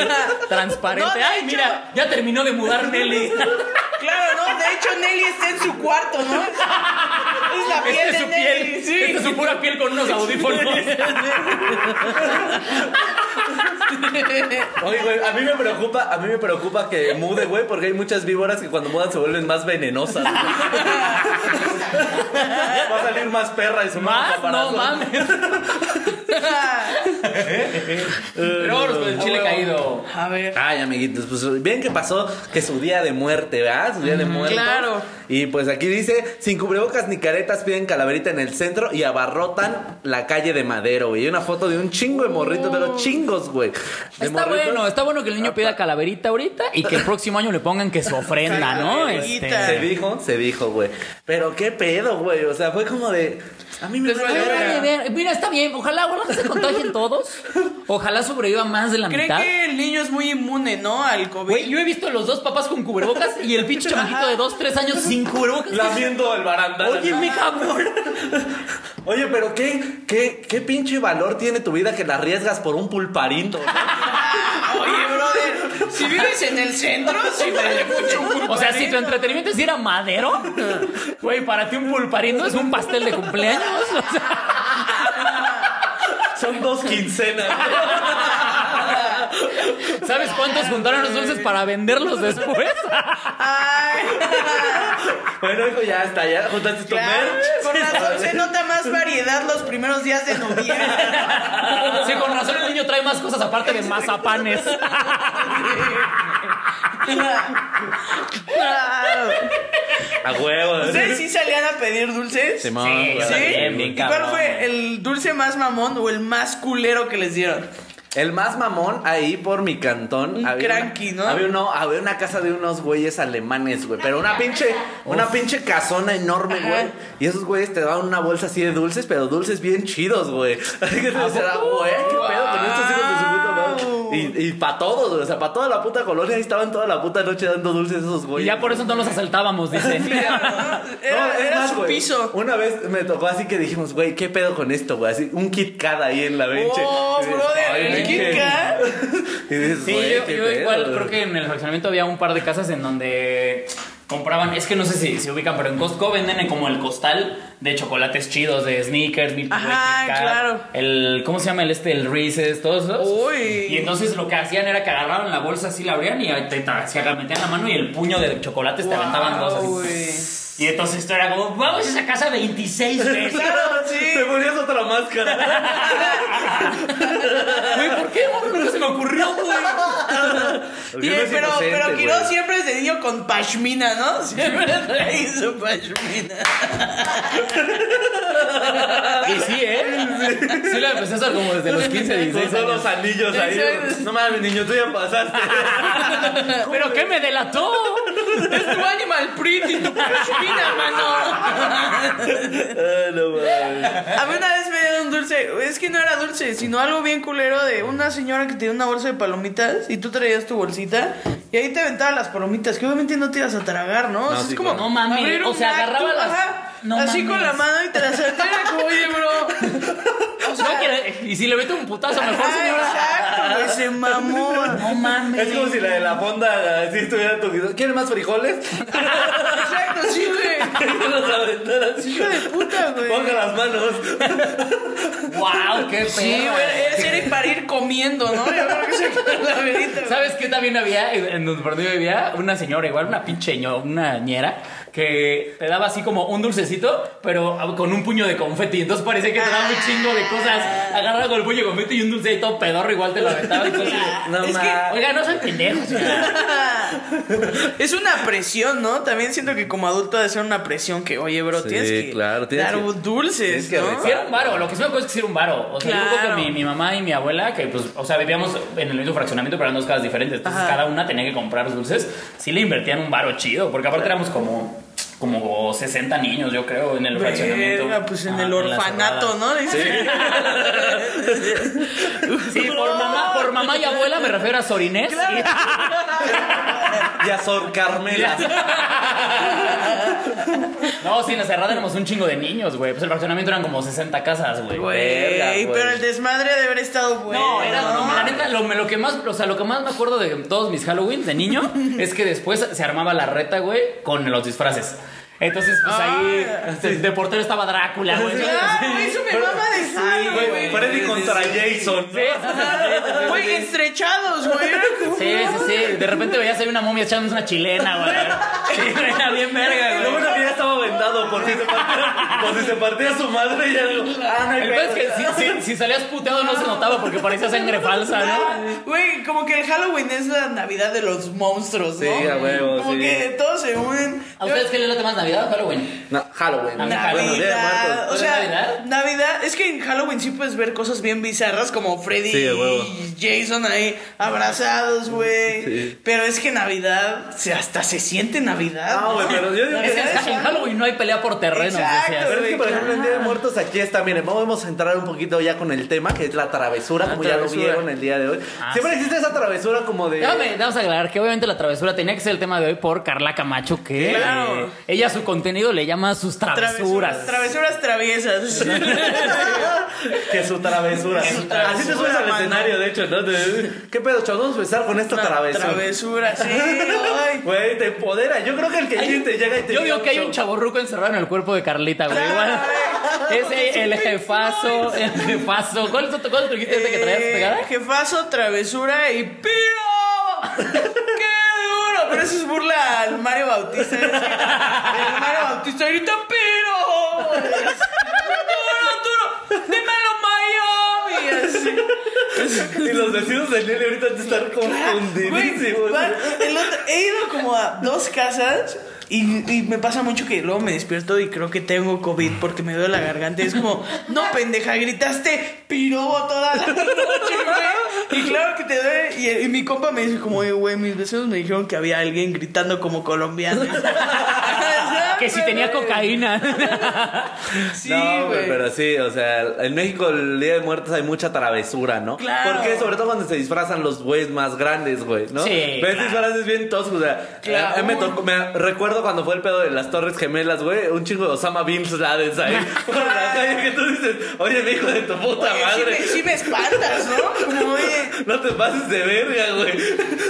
S1: transparente.
S2: No, de
S1: Ay,
S2: hecho-
S1: mira, ya terminó de mudar Nelly.
S2: Claro, no, de hecho Nelly está en su cuarto, ¿no? Es la piel
S1: Esta es
S2: de
S1: su
S2: Nelly,
S1: piel.
S2: sí.
S1: Esta es su pura piel con unos audífonos.
S3: Oye, güey, a mí me preocupa, a mí me preocupa que mude, güey, porque hay muchas víboras que cuando mudan se vuelven más venenosas. güey. Va a salir más perra y su
S1: Más, no
S3: caparazón.
S1: mames. Pero vámonos con el chile caído.
S2: A ver.
S3: Ay, amiguitos, pues bien que pasó que su día de muerte, ¿verdad? Su día de muerte.
S2: claro.
S3: Y pues aquí dice, sin cubrebocas ni caretas piden calaverita en el centro y abarrotan la calle de Madero, güey. Y una foto de un chingo de morritos, pero chingos, güey. De
S1: Está
S3: morritos.
S1: bueno, está bueno que el niño pida calaverita ahorita y que el próximo año le pongan que su ofrenda, ¿no?
S2: Calaverita.
S3: Se
S1: Este.
S3: dijo, se dijo, güey. Pero qué pedo, güey. O sea, fue como de. A mí me
S2: Les
S3: vale
S2: valió
S3: verga.
S1: Ay, ver, Mira, está bien. Ojalá, ojalá se contagien todos. Ojalá sobreviva más de la
S2: ¿Cree
S1: mitad.
S2: que el niño es muy inmune, no? Al COVID.
S1: Güey, yo he visto a los dos papás con cubrebocas y el pinche chamaquito de dos, tres años sin cubrebocas.
S3: Lamiendo el barandal.
S1: Oye, mi cabrón.
S3: Oye, pero qué, qué, qué pinche valor tiene tu vida que la arriesgas por un pulparinto. ¿no?
S2: Oye, brother, si vives en el centro, sí vale mucho un
S1: O sea, si tu entretenimiento es ir a madero, güey, para ti un pulparindo es un pastel de cumpleaños. O sea,
S3: Son dos quincenas.
S1: ¿sabes cuántos juntaron los dulces para venderlos después?
S2: Ay,
S3: Bueno, hijo, ya está, ya juntaste tu
S2: claro.
S3: merch.
S2: Por razón se nota más variedad los primeros días de noviembre.
S1: Sí, con razón el niño trae más cosas aparte de mazapanes.
S2: Claro.
S3: A huevo.
S2: ¿Ustedes sí salían a pedir dulces?
S3: Simón,
S1: Sí,
S3: güey.
S1: yo
S2: ¿Sí?
S1: también, bien
S2: ¿Y
S1: cabrón.
S2: cuál fue el dulce más mamón o el más culero que les dieron?
S3: El más mamón ahí por mi cantón.
S2: Un cranky,
S3: una,
S2: ¿no?
S3: Había, uno, había una casa de unos güeyes alemanes, güey. Pero una pinche, una pinche casona enorme,
S2: Ajá.
S3: güey. Y esos güeyes te daban una bolsa así de dulces, pero dulces bien chidos, güey. Así que te decías, "Ah, güey, qué pedo con estos hijos de su puta
S2: Wow.
S3: madre. Y, y para todos, güey. O sea, para toda la puta colonia. Ahí estaban toda la puta noche dando dulces esos
S1: Y
S3: güeyes.
S1: ya por eso no los asaltábamos, dice.
S2: Claro, ¿no? Era,
S3: No, es
S2: era
S3: más,
S2: su
S3: güey,
S2: piso.
S3: Una vez me tocó así que dijimos, güey, ¿qué pedo con esto, güey? Así, un Kit Kat ahí en la benche.
S2: Oh,
S3: Y dices,
S2: brother,
S3: "Ay,
S2: el
S3: ven
S2: Kit
S3: que-".
S2: Kat.
S3: Y dices,
S1: Sí,
S3: güey,
S1: yo,
S3: qué
S1: yo
S3: pedo,
S1: igual
S3: güey.
S1: creo que en el fraccionamiento había un par de casas en donde compraban, es que no sé si se ubican, pero en Costco venden en como el costal de chocolates chidos, de sneakers, Milky Way,
S2: Ajá,
S1: Kit Kat,
S2: claro.
S1: El, ¿cómo se llama el este? El Reese's, todos esos.
S2: Uy.
S1: Y entonces lo que hacían era que agarraban la bolsa así, la abrían y te, te- se metían la mano y el puño de chocolates te aventaban dos así.
S2: Uy.
S1: Y entonces esto era como, vamos a esa casa 26 veces.
S2: Claro, sí.
S3: Te ponías máscara.
S1: Güey, ¿por qué? Mami, nunca se me ocurrió, güey.
S3: Porque
S2: Y,
S3: uno es
S2: pero,
S3: inocente,
S2: pero Quiroz
S3: güey.
S2: siempre es de niño con pashmina, ¿no? Siempre trae su pashmina.
S1: Y sí, ¿eh? Sí lo empecé a usar como desde los 15, 16
S3: Con
S1: años.
S3: los anillos ahí.
S2: Exacto.
S3: No mames, niño, tú ya pasaste.
S1: ¿Pero qué me delató?
S2: Es tu animal print y tu pashmina, mano.
S3: Ay, Ah, no mames.
S2: A mí una vez me dieron un dulce, es que no era dulce, sino algo bien culero de una señora que tenía una bolsa de palomitas y tú traías tu bolsita y ahí te aventaba las palomitas, que obviamente no te ibas a tragar, ¿no? O sea,
S3: No,
S2: es
S3: sí,
S2: como
S3: claro.
S1: No mames,
S2: abrir
S1: o
S2: un
S1: sea,
S2: acto,
S1: agarraba las-
S2: ajá,
S1: no
S2: así con
S1: mames.
S2: la mano y te las aventaba y era como, oye, bro.
S1: O sea, no quiere- Y si le meto un putazo, mejor
S2: Ah,
S1: señora.
S2: exacto, güey, se mamó.
S1: No mames.
S3: Es como si la de la fonda así estuviera tu ¿Quieres más frijoles?
S2: Exacto, sí, güey.
S3: Y los aventaran así.
S2: Hijo de puta, güey.
S3: Ponga las manos.
S1: ¡Wow! ¡Qué
S2: Sí,
S1: pedo!
S2: güey, es ir para ir comiendo, ¿no? Yo creo que se quedó la verita, güey.
S1: ¿Sabes qué también había? En en donde por donde yo vivía, una señora, igual una pinche ño- una ñera, que te daba así como un dulcecito, pero con un puño de confeti. Entonces parecía que te daba un chingo de cosas. Agarraba con el puño de confeti y un dulce y todo pedorro, igual te lo aventaba. Entonces,
S3: No
S2: Es que-
S3: mames.
S1: oiga, no sean pendejos. ya.
S2: Es una presión, ¿no? También siento que como adulto debe ser una presión que, oye, bro,
S3: Sí,
S2: tienes que
S3: claro, tienes
S2: dar
S3: que- tienes
S2: dulces,
S3: que
S2: ¿no?
S1: Si era un varo, lo que sí me acuerdo es que sí era un varo. O sea, yo me acuerdo
S2: Claro.
S1: que mi, mi mamá y mi abuela, que pues, o sea, vivíamos en el mismo fraccionamiento, pero eran dos casas diferentes. Entonces
S2: Ajá.
S1: cada una tenía que comprar los dulces. Sí le invertían un varo chido, porque aparte éramos como, como 60 niños, yo creo, en el
S2: Verga,
S1: fraccionamiento.
S2: pues en
S1: Ah,
S2: el
S1: la
S2: orfanato,
S1: cerrada.
S2: ¿no? Dice.
S1: Sí, por mamá, por mamá y abuela me refiero a Sorinés.
S3: Y a Sor Carmela.
S1: No, sí, en la cerrada éramos un chingo de niños, güey. Pues el fraccionamiento eran como 60 casas, güey.
S3: Verga,
S2: Güey,
S3: güey.
S2: pero el desmadre debe haber estado bueno.
S1: No, era no, la neta, lo, me- lo que más, o sea, lo que más me acuerdo de todos mis Halloween de niño es que después se armaba la reta, güey, con los disfraces. Entonces, pues ahí
S2: Ah,
S1: de- de portero estaba Drácula, güey.
S2: Claro, güey, eso me mama de sal,
S3: Güey,
S2: güey.
S3: Freddy contra Jason.
S1: Sí,
S2: Güey, estrechados, güey. Era como-
S1: sí, sí, sí. De repente veías ahí una momia echándose una chilena, güey. Chilena bien verga,
S3: No,
S1: güey.
S3: bueno, que ya estaba vendado por si se partía, por si se partía su madre ya lo... Ah, no hay
S1: El peor es que si, si- si salías puteado no se notaba porque parecía sangre falsa, ¿no?
S2: Ah, Güey, como que el Halloween es la Navidad de los monstruos, ¿no?
S3: Sí, a huevo,
S2: Como
S3: sí.
S2: que todos se unen.
S1: ¿A ustedes qué les late más Navidad o Halloween?
S3: No, Halloween.
S1: Bueno,
S2: Navidad.
S1: Día
S3: de Muertos.
S2: o
S1: ¿Pero
S2: sea,
S1: es Navidad?
S2: Navidad? Es que en Halloween sí puedes ver cosas bien bizarras como Freddy
S3: Sí, a huevo.
S2: y Jason ahí abrazados, güey.
S3: Sí.
S2: Pero es que Navidad, se- hasta se siente Navidad.
S3: No, Ah, güey, pero yo digo
S1: Es
S3: que...
S1: en, en Halloween no hay pelea por terrenos,
S2: Exacto,
S1: decías.
S3: Pero es que, por
S2: Claro.
S3: ejemplo, en Día de Muertos aquí está, miren, vamos a entrar un poquito ya con el tema, que es la travesura,
S1: La
S3: como ya
S1: travesura.
S3: lo vieron el día de hoy.
S1: Ah,
S3: Siempre existe esa travesura como de...
S1: Déjame, vamos a aclarar que obviamente la travesura tenía que ser el tema de hoy por Carla Camacho, que
S2: Claro.
S1: eh, ella su contenido le llama sus travesuras.
S2: Travesuras traviesas.
S3: que su travesura.
S2: travesura,
S3: Así te subes al
S2: mano.
S3: escenario, de hecho, ¿no? De- ¿Qué pedo, chavos? Vamos a empezar con esta travesura.
S2: Travesuras, sí. ay.
S3: Güey, te empodera. Yo creo que el que
S1: Hay-
S3: llegue te llega y te
S1: Yo
S3: diga,
S1: digo que hay un chaborruco encerrado en el cuerpo de Carlita, güey. Igual. Ese, el jefazo, el jefazo. ¿Cuál es tu, cuál es tu dijiste que traías
S2: Eh,
S1: pegada?
S2: Jefazo, travesura y piro. ¡Qué duro! Pero eso es burla al Mario Bautista. es que El Mario Bautista grita piro. Es Duro, duro. Dímelo, Miami. Así.
S3: Y los vecinos de Nelly ahorita te están confundidísimos.
S2: Güey, van- el otro- he ido como a dos casas y, y me pasa mucho que luego me despierto y creo que tengo COVID porque me duele la garganta. Y es como, no pendeja, gritaste pirobo toda la noche, güey. Y claro que te duele. Y, y mi compa me dice como, "Oye, güey, mis vecinos me dijeron que había alguien gritando como colombiano.
S1: Ah, Que si tenía cocaína.
S2: Sí,
S3: no,
S2: güey.
S3: güey, pero sí, o sea, en México el Día de Muertos hay mucha travesura, ¿no?
S2: Claro.
S3: Porque sobre todo cuando se disfrazan los güeyes más grandes, güey, ¿no?
S1: Sí,
S3: Ves
S1: claro.
S3: disfraces bien toscos, o sea,
S2: Claro.
S3: a mí me tocó, me recuerdo cuando fue el pedo de las Torres Gemelas, güey, un chingo de Osama Bin Laden ahí por la calle que tú dices, "Oye, mi hijo de tu puta
S2: Oye, sí,
S3: madre,
S2: me, sí me espantas, ¿no? Como, oye,
S3: no te pases de verga, güey."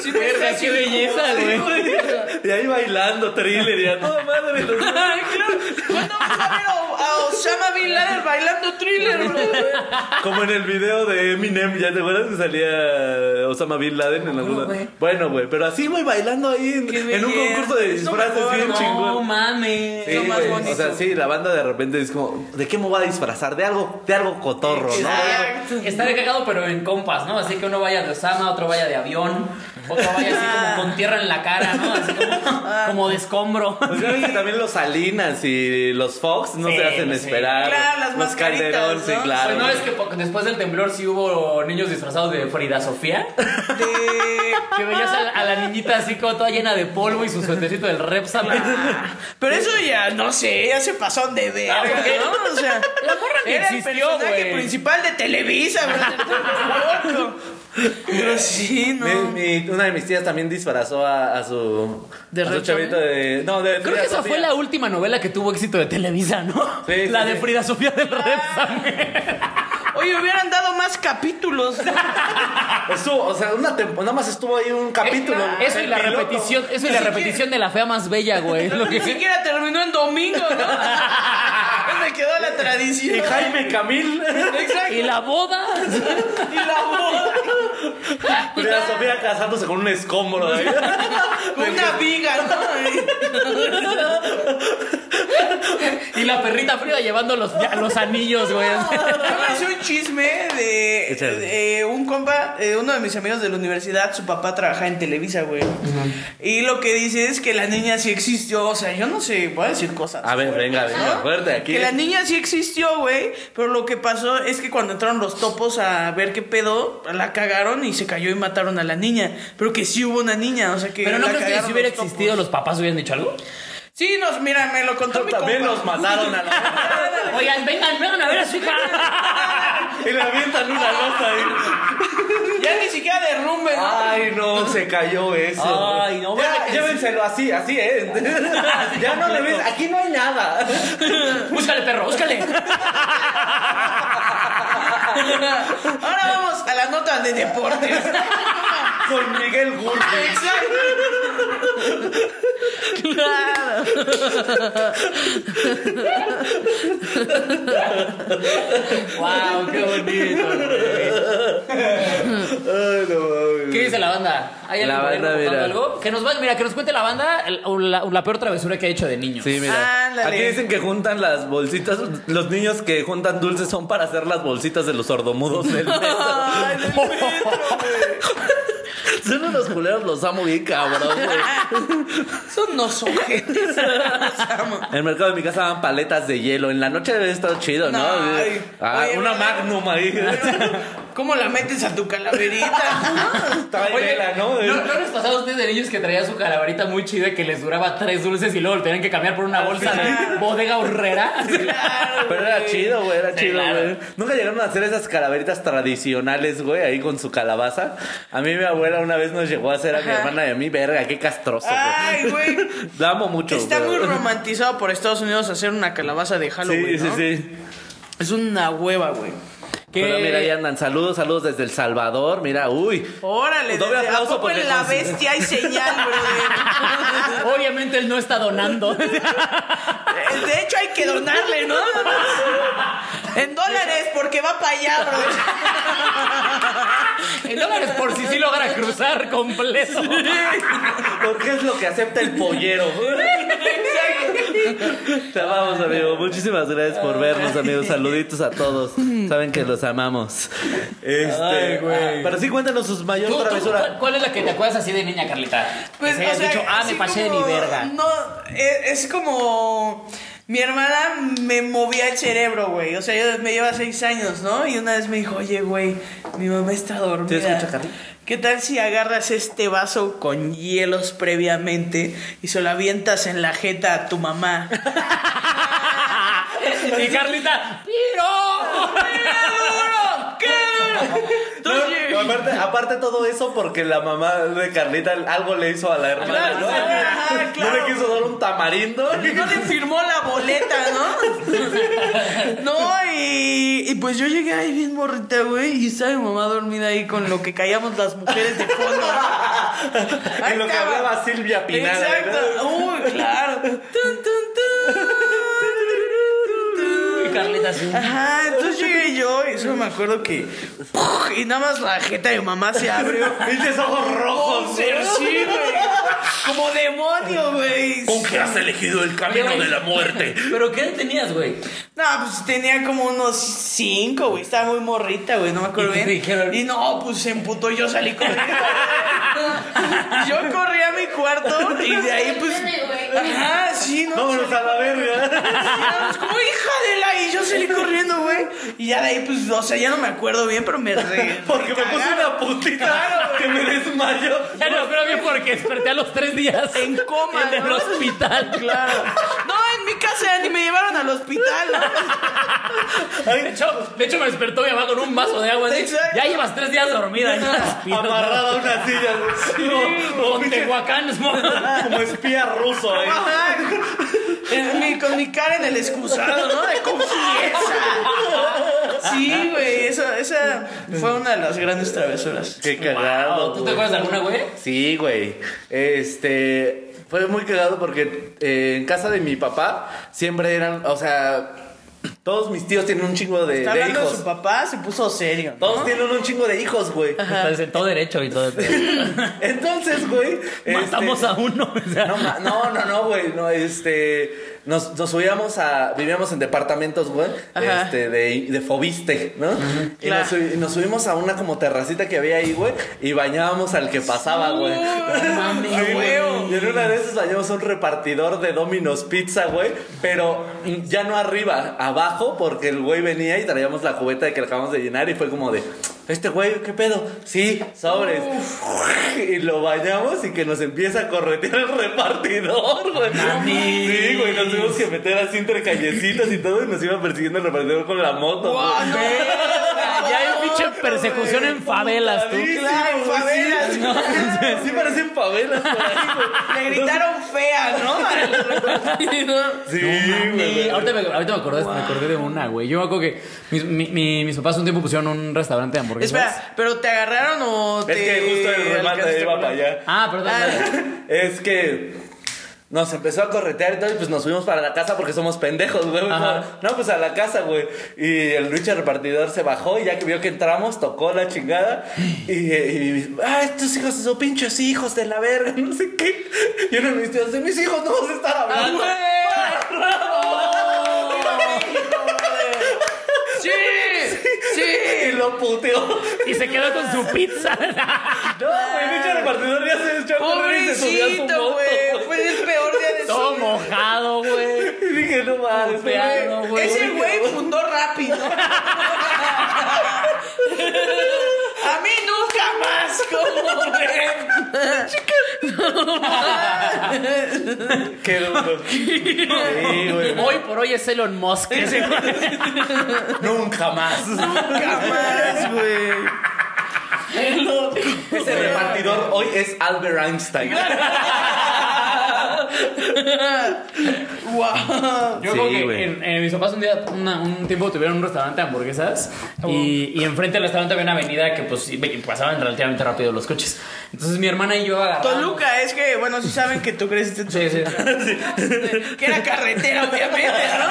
S2: sí me
S1: Verga,
S2: estás
S1: qué belleza,
S3: Sí,
S1: güey.
S3: güey. Y ahí bailando thriller y a toda madre los
S2: claro. ¿Cuándo vamos a ver a, a Osama Bin Laden bailando thriller, bro?
S3: Como en el video de Eminem, ¿ya te acuerdas que salía Osama Bin Laden en alguna?
S1: güey.
S3: Bueno, güey, pero así, güey, bailando ahí en,
S2: Qué
S3: en un
S2: belleza.
S3: concurso de
S2: Es lo
S3: disfraces
S2: mejor,
S3: bien
S2: ¿no?
S1: No
S3: chingón.
S1: mames.
S3: Sí,
S2: lo más
S3: güey,
S2: bonito.
S3: o sea, sí, la banda de repente es como, ¿de qué me voy a disfrazar? De algo, de algo cotorro, ¿no?
S2: Exacto.
S1: Está de cagado, pero en compas, ¿no? Así que uno vaya de Osama, otro vaya de avión, otro vaya así como con tierra en la cara, ¿no? Así como, como de escombro.
S3: Pues yo creo que también los Salinas y los Fox no
S1: Sí,
S3: se hacen
S1: sí.
S3: esperar.
S2: Claro, las
S3: Los
S2: mascaritas,
S3: Calderón, sí,
S2: ¿no?
S3: claro.
S1: Pues no es que po- después del temblor sí hubo niños disfrazados de Frida Sofía.
S2: De-
S1: Que veías a la, a la niñita así como toda llena de polvo y su suétercito del Repsol.
S2: Pero eso ya, no sé, ya se pasó de verga,
S1: Ah, porque-
S2: ¿no? O sea,
S1: La morra ni
S2: era
S1: existió,
S2: el personaje
S1: güey.
S2: principal de Televisa, bro. Loco. Pero sí, no.
S3: Mi- mi- una de mis tías también disfrazó a, a su,
S1: ¿De
S3: a su
S1: Red
S3: chavito de. No, de.
S1: Creo que esa fue la última novela que tuvo éxito de Televisa, ¿no?
S3: Sí, sí,
S1: la de
S3: sí.
S1: Frida Sofía del
S2: Ah,
S1: Repsol.
S2: Oye, hubieran dado más capítulos.
S3: Estuvo, o sea, una tempo- nada más estuvo ahí un capítulo.
S2: Eh,
S1: Eso y la
S3: El piloto.
S1: repetición, eso y la repetición de la fea más bella, güey. Es lo
S2: Ni
S1: que
S2: siquiera terminó en domingo, ¿no? Me quedó la tradición.
S3: Y Jaime Camil.
S2: Exacto.
S1: y la boda.
S2: Y la Pues boda.
S3: Mira, Sofía casándose con un escombro. ¿eh? ahí.
S2: Con una viga, ¿no?
S1: Y la perrita Frida llevando los, ya, los anillos, güey.
S2: Yo me hice un chisme de,
S3: Échale.
S2: de un compa, eh, uno de mis amigos de la universidad, su papá trabaja en Televisa, güey. Y lo que dice es que la niña sí existió. O sea, yo no sé, voy a decir cosas.
S3: A ver, venga, venga, fuerte aquí.
S2: Que la niña sí existió, güey. Pero lo que pasó es que cuando entraron los topos a ver qué pedo, la cagaron y se cayó y mataron a la niña. Pero que sí hubo una niña, o sea que.
S1: Pero no
S2: la
S1: crees que
S2: cagaron
S1: si hubiera
S2: los topos.
S1: existido los papás hubieran dicho algo.
S2: Sí, nos, mira, me lo contó mi
S3: También
S2: compa.
S3: los mataron a la.
S1: Oigan, vengan, vengan a ver a su hija.
S3: Y le avientan una losa ahí.
S2: Ya ni siquiera derrumbe, ¿no?
S3: Ay, no, se cayó eso.
S1: Ay, no,
S3: Ya,
S1: bueno, que-
S3: llévenselo así, así, ¿eh? ya no le ves, aquí no hay nada.
S1: Búscale, perro, búscale.
S2: Ahora vamos a la nota de deportes.
S3: Con Miguel Gurri.
S1: Wow, qué bonito. güey. ¿Qué dice la banda? ¿Hay
S3: La
S1: alguien por ahí
S3: banda,
S1: reportando
S3: mira.
S1: algo? Que nos va, mira, que nos cuente la banda el- o la, o la peor travesura que ha hecho de niño.
S3: Sí, mira.
S2: Ándale.
S3: Aquí dicen que juntan las bolsitas. Los niños que juntan dulces son para hacer las bolsitas de los sordomudos del metro.
S2: Ay, del metro, güey.
S3: son unos culeros, los amo bien cabrón, güey.
S2: Son unos ojetes. Los amo.
S3: En el mercado de mi casa daban paletas de hielo. En la noche debe estar chido, ¿no?
S2: Ay.
S3: Ah,
S2: Oye,
S3: una
S2: pero-
S3: magnum ahí.
S2: ¿Cómo la metes a tu calaverita?
S3: Estaba en vela, ¿no?
S1: ¿No, no les pasaba a ustedes de niños que traía su calaverita muy chida que les duraba tres dulces y luego lo tenían que cambiar por una bolsa de bodega horrera?
S2: Claro,
S3: Pero era
S2: güey.
S3: chido, güey, era
S1: Sí,
S3: chido,
S1: claro.
S3: güey. Nunca llegaron a hacer esas calaveritas tradicionales, güey, ahí con su calabaza. A mí mi abuela una vez nos llegó a hacer a mi
S2: Ajá.
S3: hermana y a mí, verga, qué castroso, güey.
S2: Ay, güey.
S3: La amo mucho,
S2: Está muy
S3: pero-
S2: romantizado por Estados Unidos hacer una calabaza de
S3: Sí,
S2: Halloween.
S3: sí,
S2: ¿no?
S3: sí.
S2: Es una hueva, güey.
S1: ¿Qué?
S3: Pero mira, ahí andan. Saludos, saludos desde El Salvador. Mira, uy.
S2: Órale,
S3: Doble
S2: desde- ¿a
S3: aplauso
S2: poco
S3: porque
S2: en la
S3: consigue-
S2: bestia hay señal, brother?
S1: Obviamente él no está donando.
S2: Eh, De hecho, hay que donarle, ¿no? En dólares, porque va para allá, bro.
S1: En dólares por si sí logra cruzar completo.
S3: Porque es lo que acepta el pollero. Te amamos, amigo. Muchísimas gracias por vernos, amigos. Saluditos a todos. Saben que los amamos. Este,
S1: Ay, güey.
S3: Pero sí, cuéntanos sus mayor
S1: ¿Tú- tú
S3: travesura.
S1: cuál, cuál es la que te acuerdas así de niña, Carlita? que
S2: Pues, o
S1: hayas
S2: sea,
S1: dicho, ah, me
S2: así
S1: pasé de
S2: como-
S1: mi verga.
S2: No, es, es como. Mi hermana me movía el cerebro, güey. O sea, yo me lleva seis años, ¿no? Y una vez me dijo, oye, güey, mi mamá está dormida.
S3: ¿Te escucha, Carly?
S2: ¿Qué tal si agarras este vaso con hielos previamente y se lo avientas en la jeta a tu mamá?
S1: Y Carlita, ¡Piro!
S2: ¡Qué duro! Entonces-
S3: No, aparte, aparte todo eso porque la mamá de Carlita algo le hizo a la hermana,
S2: Claro,
S3: ¿no?
S2: ajá,
S3: No
S2: claro.
S3: le quiso dar un tamarindo.
S2: No le firmó la boleta, ¿no? No, y, y pues yo llegué ahí bien morrita, güey, y estaba mi mamá dormida ahí con lo que callamos las mujeres de fondo.
S3: En lo que
S2: estaba.
S3: hablaba Silvia Pinal.
S2: Exacto. Uy, claro. Tun, tun, tun.
S1: Carlita así.
S2: Ajá, entonces llegué yo y solo me acuerdo que. ¡puf! Y nada más la jeta de mamá se abrió.
S3: Pinches ojos rojos,
S2: Sí, güey. Como demonio, güey.
S3: que has elegido el camino de la muerte.
S1: ¿Pero qué edad tenías, güey?
S2: No, pues tenía como unos cinco, güey. Estaba muy morrita, güey. No me acuerdo
S1: ¿Y qué
S2: bien.
S1: te dijeron?
S2: Y no, pues se emputó y yo salí corriendo. yo corrí a mi cuarto y de ahí, pues. Ajá, sí, no.
S3: Vámonos a la verga.
S2: Pues, como hija de la y yo salí corriendo, güey. Y ya de ahí, pues, o sea, ya no me acuerdo bien, pero me re.
S3: Porque me puse una putita que me desmayo.
S1: Ya no creo bien porque desperté a los tres días.
S2: En coma,
S1: En el
S2: ¿no?
S1: hospital.
S2: Claro. No, en mi casa ni me llevaron al hospital. ¿no?
S1: De hecho, de hecho, me despertó mi mamá con un vaso de agua. así,
S2: Exacto.
S1: Ya llevas tres días dormida. Y no respiro.
S3: Amarrada a una silla. güey. Como- como
S1: Con
S3: pinche-
S1: Tehuacán, es modo.
S3: Como espía ruso, eh.
S2: Ajá. En mi- con mi cara en el excusado, ¿no? De confianza. Sí, güey, esa, esa fue una de las grandes travesuras.
S3: Qué
S1: Wow,
S3: cagado.
S1: ¿Tú te
S3: güey.
S1: acuerdas de alguna, güey?
S3: Sí, güey. Este. Fue muy cagado porque eh, en casa de mi papá siempre eran. O sea. Todos mis tíos tienen un chingo de,
S2: Está
S3: de
S2: hablando de
S3: hijos.
S2: su papá, se puso serio. ¿no?
S3: Todos tienen un chingo de hijos, güey.
S1: Estás en todo derecho y todo.
S3: Entonces, güey. este-
S1: Matamos a uno. o sea,
S3: No, ma- no, no, no, güey. No, este. Nos, nos subíamos a. Vivíamos en departamentos, güey.
S2: Ajá.
S3: Este, de, de Fobiste, ¿no? y,
S2: Claro.
S3: nos, sub- y nos subimos a una como terracita que había ahí, güey. Y bañábamos al que pasaba, güey.
S2: No mames,
S3: Sí, güey.
S2: huevo.
S3: Y en una de esas bañamos a un repartidor de Domino's Pizza, güey. Pero ya no arriba, abajo, porque el güey venía y traíamos la cubeta de que le acabamos de llenar. Y fue como de. Este güey, ¿qué pedo? Sí, sobres. Y lo bañamos y que nos empieza a corretear el repartidor, güey. Sí, güey, nos tuvimos que meter así entre callecitas y todo y nos iba persiguiendo el repartidor con la moto. güey.
S1: Ah,
S2: Guau, no.
S1: Ya hay pinche persecución en favelas, tú.
S3: Putadísimo,
S2: Claro,
S3: güey,
S2: favelas,
S3: sí, Sí, parecen favelas por ahí, güey.
S2: Le gritaron fea, ¿no?
S3: Sí,
S1: No mames.
S3: güey.
S1: Ahorita me, ahorita me acordé, me acordé de una, güey. Yo me acuerdo que mis, mi- mi- mis papás un tiempo pusieron un restaurante de hamburguesas.
S2: Espera, ¿pero te agarraron o
S3: Es
S2: te.?
S3: que justo el remate
S2: alcanzaste
S3: iba
S2: con-
S3: para allá.
S1: Ah, perdón. dale.
S3: Es que nos empezó a corretear y todo, y pues nos fuimos para la casa porque somos pendejos, güey.
S1: Ajá.
S3: No, pues a la casa, güey. Y el Lucha repartidor se bajó y ya que vio que entramos, tocó la chingada. Y, y- ah, estos hijos de su pinches hijos de la verga, no sé qué. Y uno de mis tíos dice, mis hijos no vas a estar
S2: ¡Ah,
S3: hablando.
S2: güey! ¡Sí!
S3: Y
S2: ¡Sí!
S3: lo puteó. No,
S1: Y se quedó con su pizza.
S3: güey, el Lucha repartidor ya se echó a correr y se subió a su
S2: ¡Pobrecito,
S3: moto.
S2: güey! Fue el peor día de
S1: Todo
S2: su vida.
S1: mojado, güey.
S3: Y dije, no mames, güey.
S1: Puteado, güey.
S2: Ese güey fundó Rappi, ¿no? A mí nunca más, ¿cómo ven?
S3: Qué duro. Sí, güey.
S1: Hoy por hoy es Elon Musk. Ese güey.
S3: Nunca más.
S2: Nunca más, güey.
S3: Ese repartidor hoy es Albert Einstein.
S2: ¡Wow!
S1: Yo
S3: Sí,
S1: creo que
S3: güey.
S1: en, en mis papás un día, una- un tiempo tuvieron un restaurante de hamburguesas y, y enfrente del restaurante había una avenida que pues y- y pasaban relativamente rápido los coches. Entonces mi hermana y yo agarramos.
S2: Toluca, es que, bueno, si saben que tú creciste en
S1: Sí, sí.
S2: Toluca, que era carretera, obviamente, ¿no?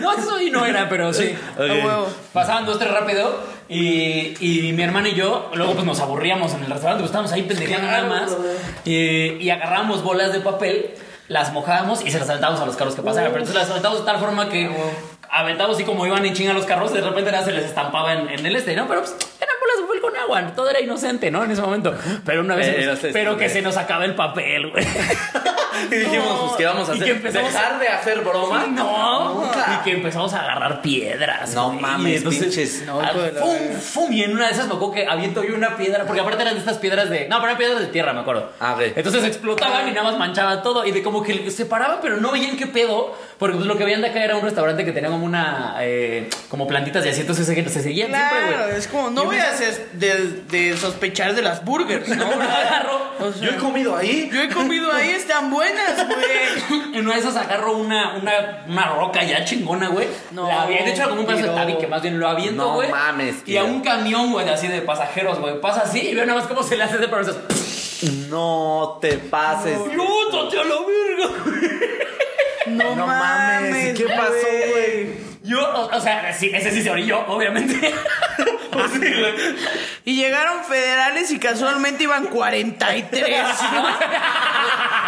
S1: No, eso sí no era, pero sí.
S2: A huevo.
S1: Pasaban dos, tres rápido y, y mi hermana y yo luego pues nos aburríamos en el restaurante, pues estábamos ahí pendejeando
S2: Claro,
S1: nada más
S2: güey.
S1: y, y agarramos bolas de papel, las mojábamos y se las aventábamos a los carros que pasaban, pero entonces las aventábamos de tal forma que aventábamos así como iban en chinga los carros, de repente nada, se les estampaba en, en el este, ¿no? Pero pues eran bolas de papel con agua, todo era inocente, ¿no? En ese momento, pero una vez,
S3: Eh,
S1: se nos-
S3: inocente,
S1: pero que
S3: güey.
S1: se nos acaba el papel, güey.
S3: Y dijimos, pues, ¿qué vamos a
S1: Y
S3: hacer?
S1: que empezamos
S3: ¿Dejar de hacer broma?
S1: No, y que empezamos a agarrar piedras.
S3: No
S1: güey.
S3: mames,
S1: Y entonces,
S3: pinches.
S1: ah,
S2: hijo de la
S1: fum, fum, y en una de esas me acuerdo que aviento yo una piedra, porque aparte eran de estas piedras de. No, pero eran piedras de tierra, me acuerdo.
S3: Ah, ok.
S1: Entonces explotaban y nada más manchaba todo. Y de como que se paraban, pero no veían qué pedo, porque pues lo que veían de acá era un restaurante que tenía como una. eh, como plantitas y así, entonces se, se seguían siempre,
S2: Claro,
S1: güey.
S2: es como, no voy a hacer de, de sospechar de las burgers, ¿no?
S1: Agarro-
S2: O sea,
S3: Yo he comido ahí.
S2: yo he comido ahí, están buenas, güey.
S1: En una de esas agarro una, una, una roca ya chingona, güey.
S2: No,
S1: la aviento, de hecho, era como un pedazo de
S2: tiro.
S1: tabique, más bien lo aviento,
S3: No
S1: güey.
S3: mames,
S1: Y a
S3: tiro.
S1: un camión, güey, así de pasajeros, güey. Pasa así y veo nada más cómo se le hace de pero esas.
S3: No te pases.
S1: ¡Puto, tío, la verga!
S2: No,
S3: No mames,
S2: mames.
S3: ¿y qué pasó, güey?
S1: Y Yo, o, o sea, sí, ese sí se orilló, obviamente. Pues sí, güey.
S2: Y llegaron federales y casualmente iban 43.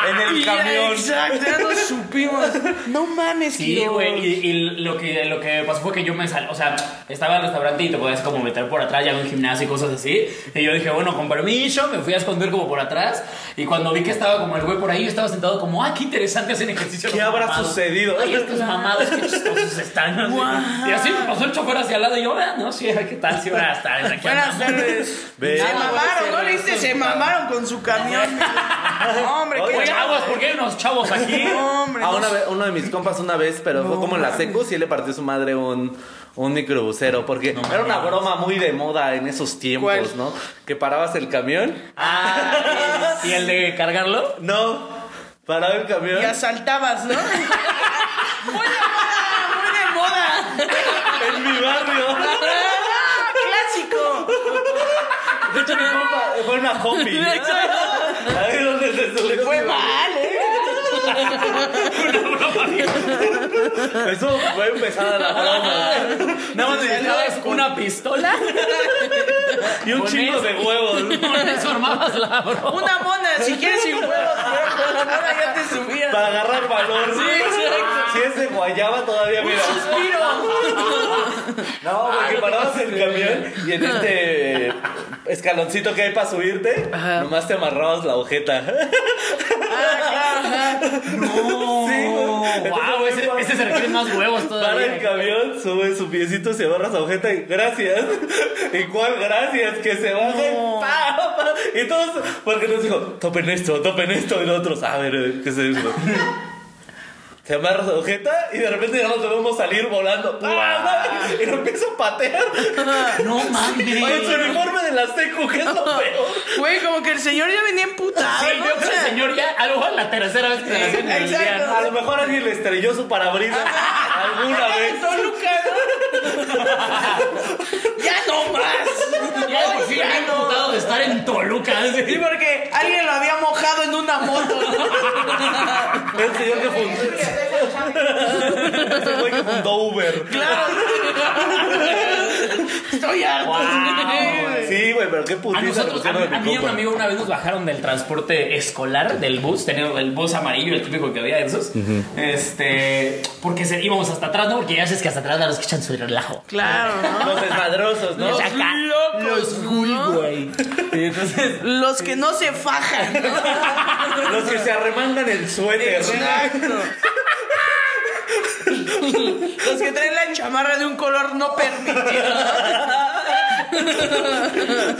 S3: En el
S2: Y-
S3: camión.
S2: Exacto, ya lo supimos. No mames,
S1: Sí,
S2: Kiro.
S1: güey. Y, y lo, que, lo que pasó fue que yo me salí. O sea, estaba en el restaurante y te podías como meter por atrás, ya en un gimnasio y cosas así. Y yo dije, bueno, con permiso, me fui a esconder como por atrás. Y cuando vi que estaba como el güey por ahí, yo estaba sentado como, ah, qué interesante hacen ejercicio.
S3: ¿Qué
S1: los
S3: habrá
S1: mamados.
S3: sucedido?
S1: Ay, estos mamados, qué chistosos están. así. Y así me pasó el chofer hacia el lado y yo, ah, no, sí, ¿qué tal? Sí, buenas tardes. Aquí
S2: Buenas
S1: andamos".
S2: tardes.
S3: Ve.
S2: Se
S1: Ah,
S2: mamaron,
S1: güey,
S2: ¿no viste?
S1: sí,
S2: Se
S1: sí.
S2: mamaron con su camión. No, hombre,
S3: Oye,
S2: qué
S1: Oye,
S2: chavo.
S1: aguas, ¿por qué hay unos chavos aquí?
S2: Hombre,
S3: A
S2: no
S3: una vez- uno de mis compas una vez, pero fue como en la secu, sí le partió su madre un, un microbusero, porque era una broma muy de moda en esos tiempos,
S2: ¿Cuál?
S3: ¿no? Que parabas el camión.
S1: Ah, ¿y el de cargarlo?
S3: No, paraba el camión.
S2: Y asaltabas, ¿no? muy de moda, muy de moda.
S3: En mi barrio.
S2: Ah, Clásico.
S3: De hecho, mi compa fue una homie. Ahí donde se subió.
S2: Fue mal, ¿eh?
S3: Eso fue empezada la broma.
S1: Nada más necesitabas una pistola
S3: Y un
S1: Con
S3: chingo
S1: eso.
S3: de huevos.
S1: con eso armabas la broma.
S2: Una mona, si quieres sin huevos, pero con la mona ya te subías.
S3: Para agarrar valor.
S2: Sí, exacto.
S3: Si es de guayaba todavía, mira. No, porque parabas el camión y en este eh, escaloncito que hay para subirte, nomás te amarrabas la ojeta.
S2: Ah,
S1: No.
S3: Sí, güey. pues,
S1: wow, ese, ese se requiere más huevos
S3: Para el
S1: todavía.
S3: camión, sube su piecito, se amarra su ojeta y gracias. ¿Y cuál gracias? Que se baje. pa, pa. Y todos, porque nos dijo, topen esto, topen esto. Y nosotros, "Ah, a ver, ¿qué es eso? Se amarra su ojeta y de repente ya nos vemos salir volando. ¡Ah! Y lo empiezo a patear.
S1: No
S3: Con su
S1: mames.
S3: uniforme de la secu, que es lo peor.
S2: Güey, como que el señor ya venía emputado.
S1: Sí,
S2: ¿no?
S1: yo
S2: Ah, O
S1: creo que
S2: sea,
S1: el señor ya, a lo mejor la tercera vez que se la hacen en el día.
S2: Exacto.
S1: ¿no?
S3: A lo mejor alguien le estrelló su parabrisas alguna
S2: en
S3: vez.
S2: Toluca, ¿no? ya no más.
S1: Ya de por sí, bien putado de estar en Toluca.
S2: Y
S1: así.
S2: porque alguien lo había mojado en una moto.
S3: El señor que fundó. Ese güey que fundó Uber.
S2: Claro. Estoy harto.
S1: Guau, güey.
S3: Sí, güey, pero qué
S1: A
S3: putiza le
S1: nosotros, a,
S3: pusieron
S1: mí- a
S3: mi
S1: mí y a un
S3: compa.
S1: amigo una vez nos bajaron del transporte escolar, del bus, teniendo el bus amarillo, el típico que había de esos. Este, porque se, íbamos hasta atrás, ¿no? Porque ya sabes que hasta atrás los que echan su relajo.
S2: Claro, ¿no?
S3: Los desmadrosos, ¿no?
S1: Los acá,
S2: locos,
S1: los cool,
S2: ¿no?
S1: güey. Y entonces,
S2: Los que no se fajan. ¿no?
S3: Los que se arremangan el suéter.
S2: Exacto. Los que traen la chamarra de un color no permitido.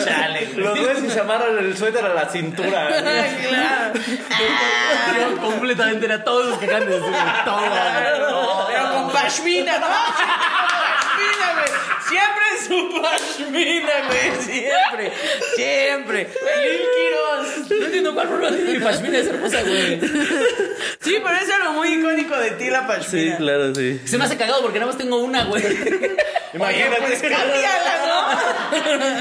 S1: chale, güey.
S3: Los güeyes que se amarran el suéter a la cintura.
S2: Claro.
S1: Yo completamente era todos los que acaban de decir todo.
S2: Pero con pashmina, ¿no? Pashmina, güey. Siempre su pashmina, güey. Siempre. Siempre. Lil Quiroz.
S1: No entiendo cuál problema tiene mi pashmina de hermosa, güey.
S2: Sí, pero es algo muy icónico de ti, la pashmina.
S3: claro, sí.
S1: Se me hace cagado porque nada más tengo una, güey. pues,
S3: Imagínate.
S2: Cámbiala,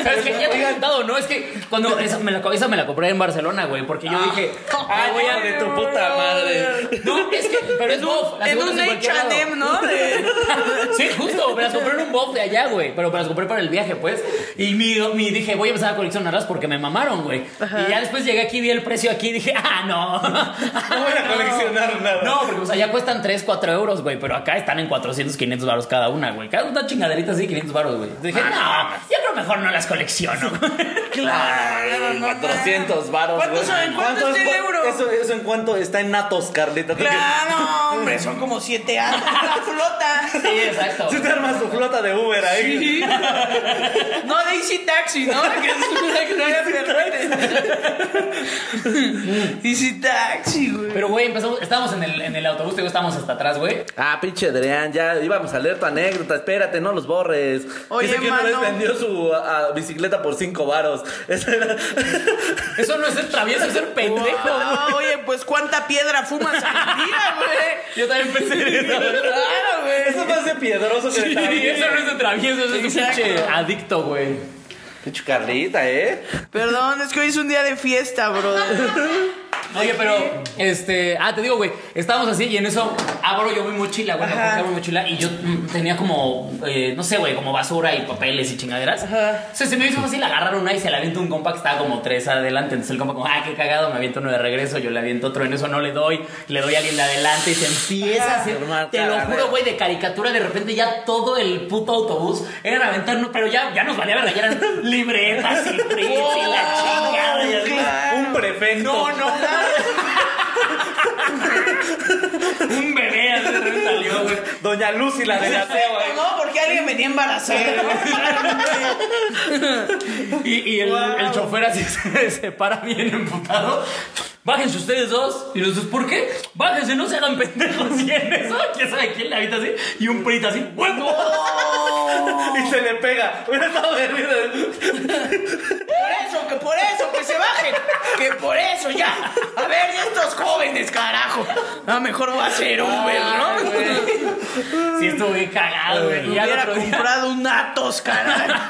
S1: ¿Sabes qué? Ya te he contado, ¿no? Es que cuando esa me la, co- esa me la compré en Barcelona, güey, porque
S3: Ah.
S1: yo dije,
S3: Ay,
S1: voy a-
S3: hijo de tu puta madre.
S1: No, es que, pero es bof.
S2: ¿no?
S1: las
S2: En
S1: encuentras
S2: un
S1: cualquier lado.
S2: H&M, ¿no? De-
S1: Sí, justo, me las compré en un bof de allá, güey. Pero me las compré para el viaje, pues. Y mi, mi- dije, voy a empezar a coleccionarlas porque me mamaron, güey. Y ya después llegué aquí, vi el precio aquí y dije, ah, no.
S3: No voy a coleccionar nada.
S1: No, porque o sea, ya cuestan 3, 4 euros, güey. Pero acá están en 400, 500 baros cada una, güey. Cada una chingaderita así, 500 baros, güey. Dije, no, yo creo mejor no las colecciono.
S3: Claro, 400 varos.
S2: ¿Cuántos
S3: güey.
S2: son? ¿Cuánto
S3: ¿Cuánto
S2: es
S3: es
S2: el
S3: cu-
S2: euro?
S3: Eso, eso en cuánto está en natos, Carlita. Tú que-
S2: Claro, hombre, son como siete años. La flota.
S1: Sí, exacto.
S3: Si te armas tu flota de Uber ahí.
S2: No, de Easy Taxi, ¿no? Que es una que no había permite. Easy Taxi, güey.
S1: Pero, güey, empezamos, estábamos en el, en el autobús, te digo, estábamos hasta atrás, güey.
S3: Ah, pinche Adrián, ya íbamos a leer tu anécdota, espérate, no los borres.
S2: Oye,
S3: Dice que una vez
S2: mano.
S3: vendió su a- a, bicicleta por cinco varos. Esa era-
S1: Eso no es ser travieso, es ser pendejo.
S2: No, oye, pues cuánta piedra fumas al día, güey.
S1: Yo también pensé en eso.
S2: Claro, güey.
S3: Eso más de piedroso que de
S1: Y
S3: travieso.
S1: eso no es de travieso, eso es un
S2: Exacto.
S1: pinche adicto, güey.
S3: Pinche Carlita, ¿eh?
S2: Perdón, es que hoy es un día de fiesta, bro.
S1: Oye, pero, este, ah, te digo, güey, estábamos así y en eso abro yo mi mochila, güey, me
S2: Ajá.
S1: acuerdo que abro mi mochila y yo mm, tenía como, eh, no sé, güey, como basura y papeles y chingaderas.
S2: Ajá.
S1: O sea, se me hizo fácil agarrar una y se la aviento a un compa que estaba como tres adelante. Entonces el compa como, ah, qué cagado, me aviento uno de regreso, yo le aviento otro, en eso no le doy, le doy a alguien de adelante y se empieza a hacer,
S3: Armar
S1: te lo
S3: cagadero.
S1: juro, güey, de caricatura, de repente ya todo el puto autobús era aventarnos, pero ya, ya nos valía verga, ya eran libretas y prints y la chingada. y así.
S2: Claro.
S3: Un prefecto.
S1: No, no, Un bebé así de repente salió, güey.
S3: Doña Lucy, la de la ¿eh?
S2: No, porque alguien venía embarazada.
S1: Y, y el,
S2: Wow.
S1: el chofer así se, se para bien emputado. Bájense ustedes dos. Y nosotros, ¿por qué? Bájense, no se hagan pendejos. Y en eso, quién sabe quién le habita así. Y un prito así, ¡huevo!
S3: Y se le pega. Hubiera estado de risa.
S2: Por eso, que por eso, que se bajen. Que por eso, ya. A ver, y estos jóvenes, carajo. Ah, mejor va a ser Uber,
S3: Ah,
S1: Ay,
S2: ¿no?
S1: güey. Sí, estuve bien cagado, güey. Y al
S2: Hubiera
S1: otro día-
S2: comprado un Atos, carajo.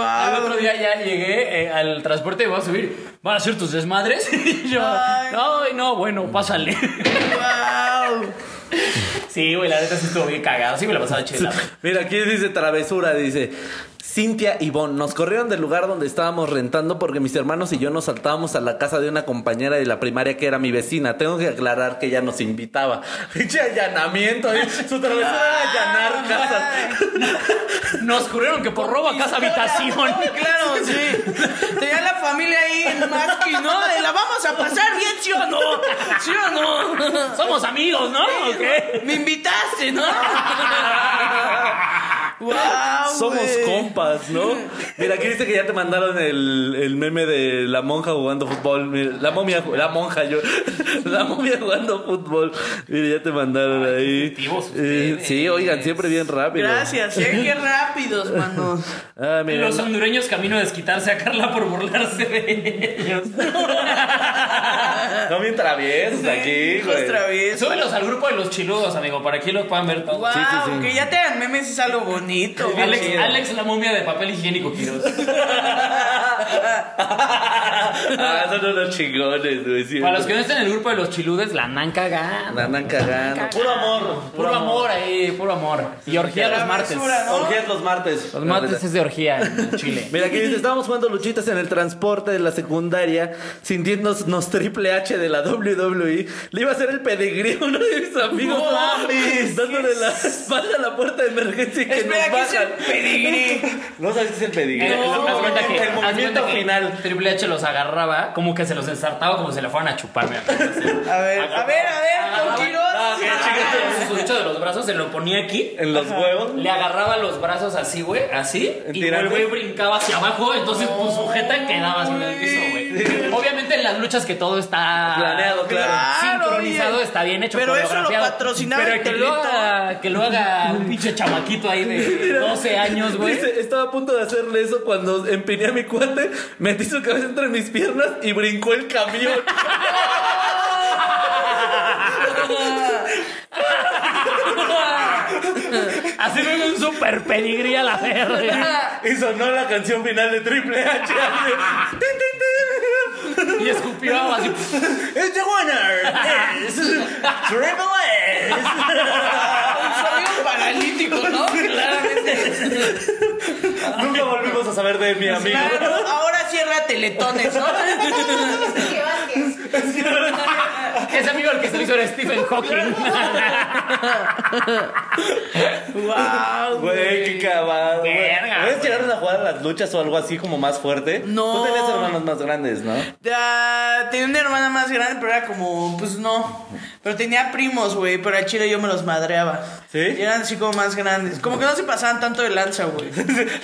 S1: Al otro
S2: wow.
S1: día ya llegué eh, al transporte y voy a subir. ¿Van a ser tus desmadres? Y yo,
S2: Ay.
S1: no, no, bueno, pásale.
S2: Wow.
S1: Sí, güey, la neta sí estuvo bien cagado. Sí me la pasaba chida. güey.
S3: Mira, aquí dice travesura, dice. Cintia y Bon, nos corrieron del lugar donde estábamos rentando porque mis hermanos y yo nos saltábamos a la casa de una compañera de la primaria que era mi vecina. Tengo que aclarar que ella nos invitaba. Pinche allanamiento, ¿eh? su travesura era allanar casas.
S1: Nos corrieron que por roba casa habitación.
S2: Ay, Claro, sí. Tenía la familia ahí en Masqui, ¿no? De la vamos a pasar bien, ¿sí o no? ¿Sí o no?
S1: Somos amigos, ¿no? ¿O qué?
S2: Me invitaste, ¿no? wow,
S3: Somos
S2: güey.
S3: compas, ¿no? Mira, aquí dice que ya te mandaron el, el meme de la monja jugando fútbol. Mira, la momia, ju- la monja, yo. La momia jugando fútbol. Mira, ya te mandaron ahí.
S1: efectivos
S3: Eh,
S1: ustedes.
S3: sí, oigan, siempre bien rápido.
S2: Gracias, ¿eh? Qué rápidos, manos.
S3: Ah, mira.
S1: Los hondureños camino a desquitarse a Carla por burlarse de ellos.
S3: No bien traviesos aquí,
S2: Hijos
S3: güey.
S2: traviesos.
S1: Súbelos al grupo de los chiludos, amigo, para que los puedan ver todos.
S2: Wow,
S3: sí, sí.
S2: que ya te dan memes es algo bonito. güey.
S1: Alex, Alex la momia de papel higiénico, Quiroz.
S3: Ah, son unos chingones, güey. sí.
S1: Para los que no estén en el grupo de los chiludes, la andan cagando.
S3: Andan cagando. Puro amor.
S1: Puro amor ahí, puro amor. Y orgía los martes.
S2: Travesura, ¿no?
S3: Orgías los martes.
S1: Los martes es de orgía en Chile.
S3: Mira, aquí dice, estábamos jugando luchitas en el transporte de la secundaria, sintiéndonos nos triple H de la WWE. Le iba a hacer el pedigrí a uno de mis amigos.
S2: ¡No mames!
S3: Dándole la espalda a la puerta de emergencia y que
S2: Espera,
S3: nos
S2: ¿qué es el
S3: bajan.
S2: pedigrí?
S3: No sabes qué es el pedigrí.
S1: Eh, haz
S3: el,
S1: cuenta que-
S3: el
S1: haz
S3: movimiento
S1: cuenta que
S3: final.
S1: Triple H los agarraba, como que se los ensartaba, como si le fueran a chupar. me acuerdo.
S2: A ver, a ver, a ver,
S3: Ah,
S2: con Quiroz.
S3: No, que
S1: Agarraba el sucho de los brazos, se lo ponía aquí.
S3: En los huevos.
S1: Le agarraba los brazos así, güey, así. Y
S3: Tirante.
S1: el güey brincaba hacia abajo, entonces tu sujeta quedaba así en el piso, güey. Obviamente en las luchas que todo está
S3: Planeado, claro.
S2: Claro,
S1: sincronizado,
S2: oye.
S1: está bien hecho.
S2: Pero eso lo
S1: coreografiado.
S2: patrocinaba
S1: Pero
S2: el
S1: que lo,
S2: Telito.
S1: haga, que lo haga un pinche chamaquito ahí de 12 años, güey.
S3: Dice, estaba a punto de hacerle eso cuando empiné a mi cuate, metí su cabeza entre mis piernas y brincó el camión.
S1: Así me un super peligría la verga.
S2: Ah,
S3: y sonó la canción final de Triple H. Tin, tin, tin.
S1: Y escupió agua así.
S3: It's the winner is Triple H.
S2: Salió un paralítico, ¿no? Claramente.
S3: Nunca volvimos a saber de mi amigo.
S2: Pues Claro, ahora cierra teletones, ¿no?
S4: que Vázquez.
S1: Ese amigo el que se lo hizo era Stephen Hawking.
S2: Wow,
S3: Güey, qué cavado. güey.
S1: Verga,
S3: ¿Ustedes
S1: güey.
S3: llegaron a jugar a las luchas o algo así como más fuerte?
S2: No.
S3: Tú tenías hermanos más grandes, ¿no?
S2: Ya, tenía una hermana más grande, pero era como, pues no. Pero tenía primos, güey, pero al chile yo me los madreaba.
S3: ¿Sí?
S2: Y eran así como más grandes. Como que no se pasaban tanto de lanza, güey.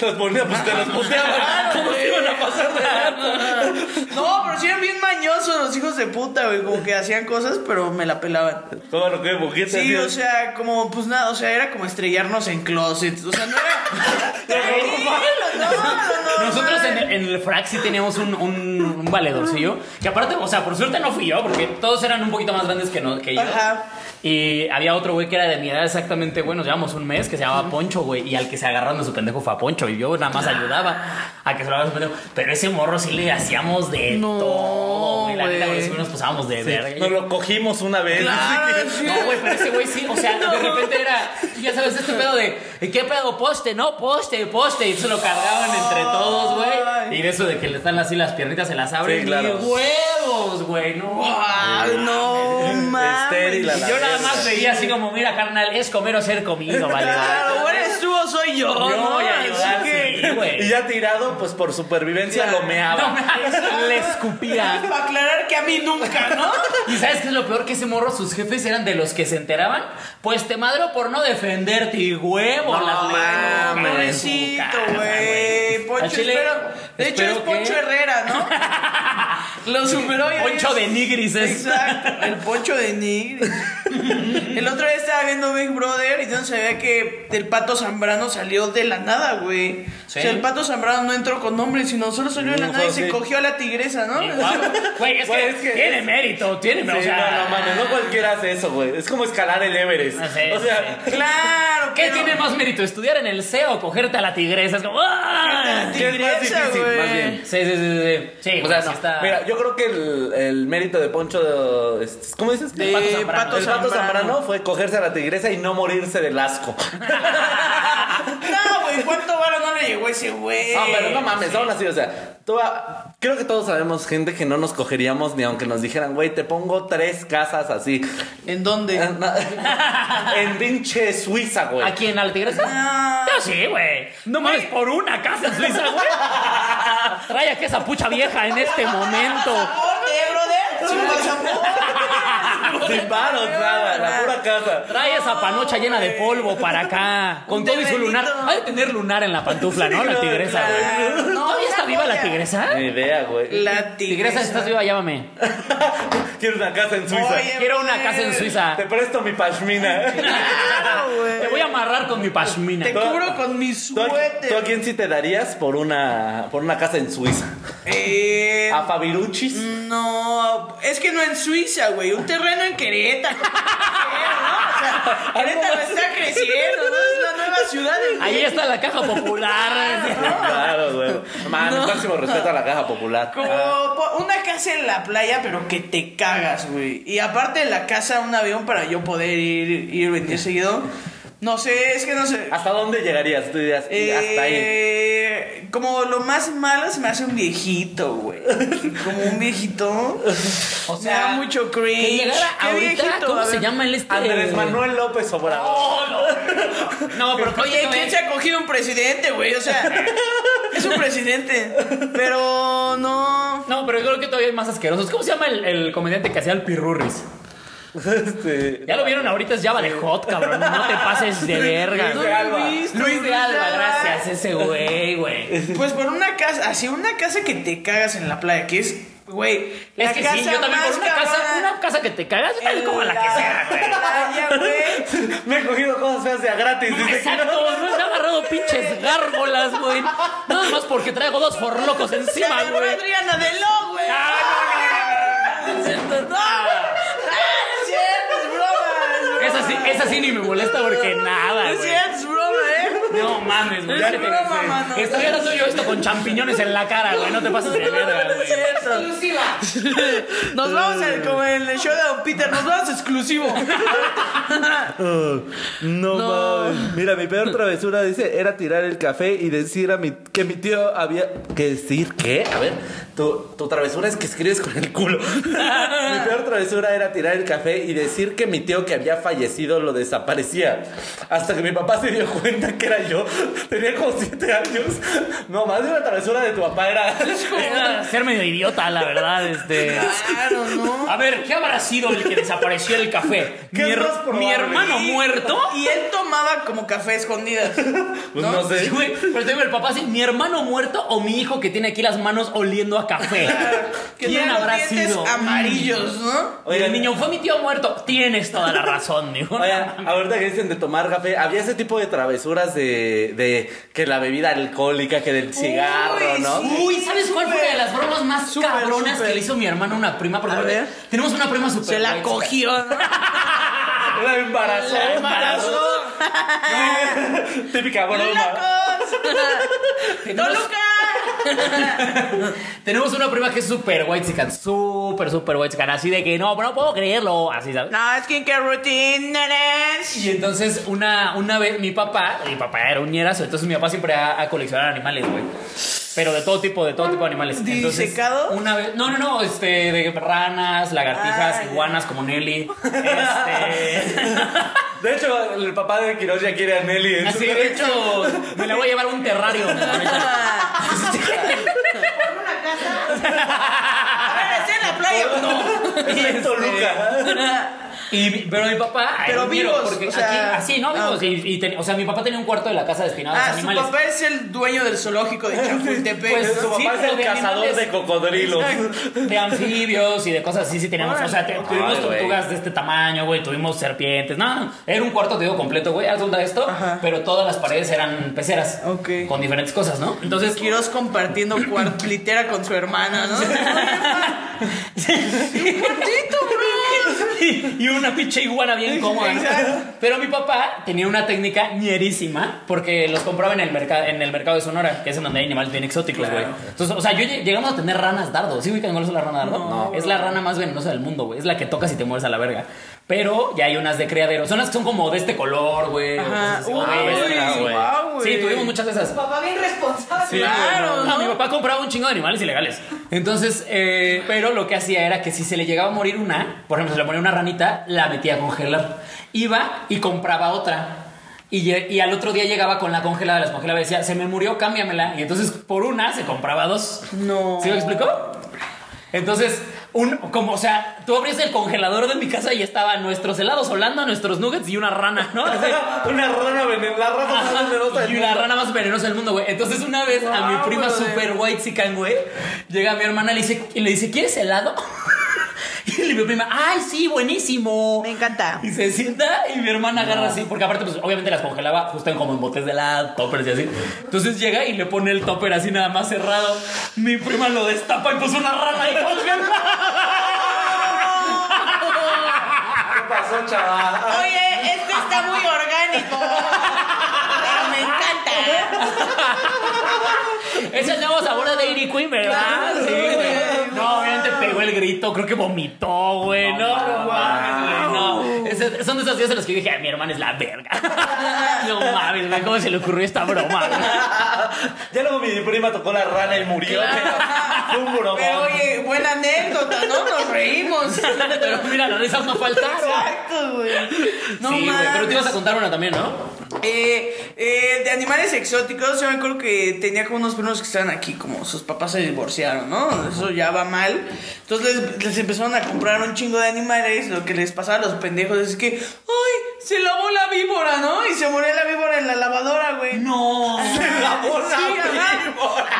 S3: los ponía, pues te los puteaban. Ah, ¿Cómo se iban a pasar de
S2: No, pero sí eran bien mañosos los hijos de puta, güey. Como que hacían cosas, pero me la pelaban.
S3: Todo lo que boquete
S2: Sí, o sea, como, pues nada, o sea, era como estrellarnos en closets. O sea, no era. Tranquilo, no, no, no,
S1: Nosotros
S2: no,
S1: en, en el frac sí teníamos un, un, un valedorcillo. Que aparte, o sea, por suerte no fui yo, porque todos eran un poquito más grandes que, no, que yo.
S2: Ajá.
S1: Y había otro güey que era de mi edad exactamente, güey, nos llevamos un mes, que se llamaba Poncho, güey. Y al que se agarraron de su pendejo fue a Poncho. Y yo nada más ayudaba a que se lo agarrara su pendejo. Pero ese morro sí le hacíamos de
S2: No,
S1: todo. güey. La neta, güey,
S2: güey.
S1: sí nos pasábamos de verga.
S3: Nos lo cogimos una vez.
S1: Ah, No, güey, pero ese güey sí, o sea, de repente era, ya sabes, este pedo de, "¿Y ¿qué pedo? Poste, no, poste, poste. Y se lo cargaban entre todos, güey. Y de eso de que le están así las piernitas, se las abren.
S3: Sí, claro.
S1: Y huevos, güey, no.
S2: Ay, no
S3: Estéril a
S2: mames.
S3: la
S1: Yo nada
S3: verga.
S1: más veía así como, mira, carnal, es comer o ser comido, vale. vale".
S2: Claro, o eres tú o soy yo.
S1: Yo
S2: ¿no?
S1: voy a
S2: Así
S1: ayudar,
S2: que-
S1: sí, güey.
S3: Y ya tirado, pues por supervivencia
S2: Claro.
S3: lo meaba.
S1: No, me- le escupía.
S2: Para aclarar que a mí nunca, ¿no?
S1: ¿Y sabes qué es lo peor? Que ese morro, sus jefes eran de los que se enteraban. Pues te madro por no defenderte y huevo.
S3: No
S1: las leyes,
S3: mames.
S1: en su
S2: Pobrecito,
S1: cara,
S2: güey. Poncho,
S1: Al chile,
S2: espero. De hecho,
S1: espero
S2: es Poncho
S1: que-
S2: Herrera, ¿no? Lo superó y ahí
S1: Poncho
S2: es-
S1: de nigris es.
S2: Exacto, el poncho de Nigris. El otro día estaba viendo Big Brother y no se ve que el pato Zambrano salió de la nada, güey.
S1: Sí.
S2: O sea, el pato Zambrano no entró con nombre, sino solo salió de la
S3: No,
S2: nada y
S3: fue
S2: se
S3: así.
S2: cogió a la tigresa, ¿no?
S1: Güey, es,
S3: Güey,
S1: que
S3: Pues es que-
S1: tiene mérito, tiene
S3: Sí,
S1: mérito. o sea,
S3: no, no mames, no cualquiera hace eso, güey. Es como escalar el Everest.
S2: Ah,
S1: No sé,
S3: o sea,
S2: claro,
S1: ¿Qué
S2: pero-
S1: tiene más mérito? ¿Estudiar en el CEO o cogerte a la tigresa? Es como. ¡ah!
S3: ¿qué es más
S2: Tigresa,
S3: difícil? Más
S2: güey.
S3: bien.
S1: Sí, sí, sí, sí. Sí,
S3: O sea,
S1: sí
S3: no.
S1: está.
S3: mira, yo creo que el, el mérito de Poncho, de- es- ¿cómo dices?
S1: De Pato Zambrano.
S3: El Pato Zambrano fue cogerse a la tigresa y no morirse del asco.
S2: No, güey, ¿cuánto varo no le llegó a ese güey?
S3: No, pero no mames, aún así, o sea, tú a- creo que todos sabemos gente que no nos cogeríamos ni aunque nos dijeran, güey, te pongo tres casas así.
S2: ¿En dónde?
S3: Eh, no, en pinche Suiza, güey.
S1: ¿A quién? ¿A la tigresa?
S2: No.
S1: No, sí, güey. No mames por una casa en Suiza, güey. Trae aquí esa pucha vieja en este momento.
S2: ¿Pasaporte, brother? ¿Su pasaporte?
S3: Sin varos, nada, la pura casa.
S1: Trae esa panocha llena de polvo para acá. Con
S2: Un
S1: todo y su lunar.
S2: terrenito.
S1: Ha de tener lunar en la pantufla, ¿no? La tigresa,
S2: claro.
S1: güey.
S2: No,
S1: ¿Todavía está
S2: una
S1: viva la
S2: joya.
S1: tigresa?
S3: Ni idea, güey.
S2: La
S1: Tigresa, estás viva, llámame.
S3: Quiero una casa en Suiza.
S2: Oye,
S1: Quiero una
S2: güey.
S1: casa en Suiza.
S3: Te presto mi pashmina.
S2: Claro, güey.
S1: Te voy a amarrar con mi pashmina.
S2: Te cubro con mi
S3: ¿Tú a, tú a
S2: suéter.
S3: quién sí te darías por una, por una casa en Suiza?
S2: Eh,
S3: ¿A Fabiruchis?
S2: no, es que no en Suiza, güey. Un terreno en Querétaro. ¿no? O sea, Querétaro está creciendo, ¿no? Es la nueva ciudad del
S1: Ahí está la caja popular.
S3: Claro, güey. Man, el máximo respeto a la caja popular.
S2: Como po- una casa en la playa, pero que te cagas, güey. Y aparte de la casa, un avión para yo poder ir, ir venir seguido. No sé, es que no sé.
S3: ¿Hasta dónde llegarías? Tú dirías, y Ah, hasta ahí.
S2: Eh, Como lo más malo se me hace un viejito, güey. Como un viejito.
S1: O
S2: Me da mucho cringe.
S1: que llegara
S2: Qué
S1: ahorita,
S2: viejito,
S1: ¿cómo
S2: a
S1: se
S2: ver.
S1: llama el este?
S3: Andrés Manuel López Obrador.
S1: Oh, no. No, pero creo
S2: Oye,
S1: que-
S2: ¿quién se ha cogido un presidente, güey? O sea, es un presidente. Pero no.
S1: No, pero yo creo que todavía hay más asquerosos. ¿Cómo se llama el, el comediante que hacía el pirurris?
S3: Este,
S1: Ya lo vieron ahorita, es Java de Hot, cabrón. No te pases de verga.
S2: No
S3: de
S2: lo he
S3: Alba.
S2: visto,
S1: Luis de Alba,
S2: Alba.
S1: gracias, ese güey, güey.
S2: Pues por una casa, así una casa que te cagas en la playa, que es, güey, la
S1: Es que
S2: casa
S1: sí, yo también por
S2: más
S1: una casa,
S2: cabrona
S1: una casa que te cagas,
S2: en
S1: es como la que sea, güey.
S2: playa, güey.
S3: Me he cogido cosas feas de a gratis. dice que
S1: Exacto,
S3: no.
S1: no me ha agarrado pinches gárgolas, güey. Nada más porque traigo dos forlocos
S2: Se
S1: encima,
S2: agarró
S1: güey. Ah,
S2: Adriana de Lo, güey. Ah, Es cierto, es broma.
S1: Esa sí, esa sí ni me molesta porque nada,
S2: Es
S1: güey.
S2: cierto, es broma, eh.
S1: No mames, güey.
S2: Es
S1: Ya te-
S2: broma, mano.
S1: Estoy haciendo yo esto con champiñones en la cara, güey. No te pases de verga,
S2: Es
S1: güey.
S2: cierto.
S4: Exclusiva.
S2: Nos vamos al, como en el show de Don Peter, nos vamos exclusivo.
S3: No, mames. Mira, mi peor travesura dice era tirar el café y decir a mi que mi tío había que decir qué? A ver, tu, tu travesura es que escribes con el culo. mi peor travesura era tirar el café y decir que mi tío que había fallecido lo desaparecía. Hasta que mi papá se dio cuenta que era yo. Tenía como siete años. No, más de una travesura de tu papá era. Pues
S1: Era ser medio idiota, la verdad, este.
S2: Claro, ¿no?
S1: A ver, ¿qué habrá sido el que desapareció el café?
S3: ¿Qué
S1: ¿Mi,
S3: es
S1: her-
S3: más probable?
S1: mi hermano muerto?
S2: Y él tomaba como café a escondidas.
S3: Pues no, sé.
S1: Sí, güey, pero te digo, el papá así, ¿mi hermano muerto o mi hijo que tiene aquí las manos oliendo a café?
S2: Que
S1: ¿Quién
S2: tenía los
S1: habrá
S2: dientes
S1: sido?
S2: amarillos, ¿no?
S1: Y el niño fue mi tío muerto. Tienes toda la razón, digo.
S3: Oigan, ahorita que dicen de tomar café, había ese tipo de travesuras de de, de que la bebida alcohólica, que del cigarro,
S2: Uy,
S3: ¿no?
S2: sí.
S1: Uy, ¿sabes cuál fue
S2: Súper.
S1: una de las bromas más
S2: Súper,
S1: cabronas
S2: súper.
S1: que le hizo mi hermana a una prima? Porque
S2: A ver.
S1: tenemos una prima super
S2: Se la cogió, ¿no?
S3: La embarazó.
S2: La embarazó.
S3: Típica broma.
S2: ¡Locos! ¡Toluca!
S1: Tenemos una prima que es super white chican, super, super white chican, así de que no, pero no puedo creerlo, así, ¿sabes?
S2: No, es que qué routine eres.
S1: Y entonces una, una vez mi papá, mi papá era un ñerazo, entonces mi papá siempre ha, ha coleccionado animales, güey. Pero de todo tipo, de todo tipo de animales. Entonces,
S2: ¿Disecados?
S1: Una vez, no, no, no, este, de ranas, lagartijas,
S2: Ah, ya.
S1: iguanas como Nelly. Este,
S3: De hecho, el papá de Quiroz ya quiere a Nelly. en su-
S1: así, de hecho, me la voy a llevar a un terrario. me la voy a llevar.
S4: Por una casa.
S2: A ver, estoy en la playa. No.
S3: Está en Toluca.
S1: Y, mi- pero mi papá. ay,
S2: Pero
S1: un ñero,
S2: vivos,
S1: porque
S2: o sea,
S1: aquí- así, ¿no?
S2: ah,
S1: Vivos.
S2: ok.
S1: y- y ten- o sea, mi papá tenía un cuarto de la casa destinado a
S2: Ah,
S1: los
S2: su
S1: animales.
S2: papá es el dueño del zoológico de Chapultepec.
S1: Pues,
S3: Su papá
S1: Sí,
S3: es
S1: pero
S3: el
S1: de
S3: cazador
S1: animales.
S3: de cocodrilos.
S1: de anfibios y de cosas así sí teníamos. O sea, te-
S3: Órale.
S1: tuvimos
S3: Ay, güey.
S1: tortugas de este tamaño, güey, tuvimos serpientes. No, no, era un cuarto, te digo, completo, güey, haz onda esto,
S2: Ajá.
S1: pero todas las paredes eran peceras.
S2: Ok.
S1: Con diferentes cosas, ¿no? Entonces,
S2: Quiroz compartiendo cuartlitera con su hermana, ¿no? ¡Cuartito, bro!
S1: y una pinche iguana bien cómoda. ¿no?
S2: Exacto.
S1: Pero mi papá tenía una técnica ñerísima porque los compraba en el mercado en el mercado de Sonora, que es en donde hay animales bien exóticos, güey. Entonces, o sea, yo lle- llegamos a tener ranas dardo. ¿Sí ubican cuál es la rana dardo?
S2: No.
S1: Es la rana más venenosa del mundo, güey. Es la que tocas y te mueres a la verga. Pero ya hay unas de criadero. Son las que son como de este color, güey. o cosas
S2: Ajá.
S1: así.
S2: Uy,
S1: Ah, verga, güey.
S2: guau, güey. Ah,
S1: Sí, tuvimos muchas de esas.
S4: Papá bien responsable.
S3: Sí,
S1: No,
S2: Claro, ¿no?
S1: mi papá compraba un chingo de animales ilegales. Entonces, eh, pero lo que hacía era que si se le llegaba a morir una, por ejemplo, se le moría una ranita, la metía a congelar. Iba y compraba otra. Y, lle- y al otro día llegaba con la congelada, las congelaba y decía, se me murió, cámbiamela. Y entonces por una se compraba dos.
S2: No.
S1: ¿Sí me explicó? Entonces, un, como, o sea, tú abrías el congelador de mi casa y estaban nuestros helados Holanda, nuestros nuggets y una rana, ¿no? Así.
S3: Una rana venenosa. La rana
S2: Ah.
S3: más venenosa del
S1: Y la rana más venenosa del mundo, güey. Entonces, una vez a mi
S2: Wow,
S1: prima
S2: brother.
S1: super white sican, güey, llega mi hermana y le dice, y le dice ¿quieres helado? Y mi prima, ¡ay, sí, buenísimo!
S2: Me encanta.
S1: Y se sienta y mi hermana agarra así, porque aparte, pues obviamente las congelaba justo en como en botes de helado, toppers y así. Entonces llega y le pone el topper así nada más cerrado. Mi prima lo destapa y puso una rana ahí
S3: ¿Qué pasó, chaval?
S2: Ah. Oye, esto está muy orgánico. Pero Ah, me encanta.
S1: Ese es el nuevo sabor de Dairy Queen, ¿verdad?
S2: Claro,
S1: Sí,
S2: güey.
S1: güey. No, obviamente pegó el grito, creo que vomitó, güey. No, no mames, güey, no. Ese- son de esas días en las que yo dije, "Ay, mi hermana es la verga. No mames, güey, ¿cómo se le ocurrió esta broma?
S3: Ya luego mi prima tocó la rana y murió. Fue un bromón.
S2: Pero oye, buena anécdota, ¿no? Nos reímos.
S1: Pero mira, las risas no faltaron.
S2: Exacto, güey. No
S1: sí, güey,
S2: mames.
S1: pero te ibas a contar una también, ¿no?
S2: Eh, eh, de animales exóticos, yo me acuerdo que tenía como unos primos que estaban aquí, como sus papás se divorciaron, ¿no? Eso ya va mal. Entonces les, les empezaron a comprar un chingo de animales. Lo que les pasaba a los pendejos es que, ¡ay! Se lavó la víbora, ¿no? Y se murió la víbora en la lavadora, güey.
S1: No.
S2: Se
S3: lavó la
S2: víbora.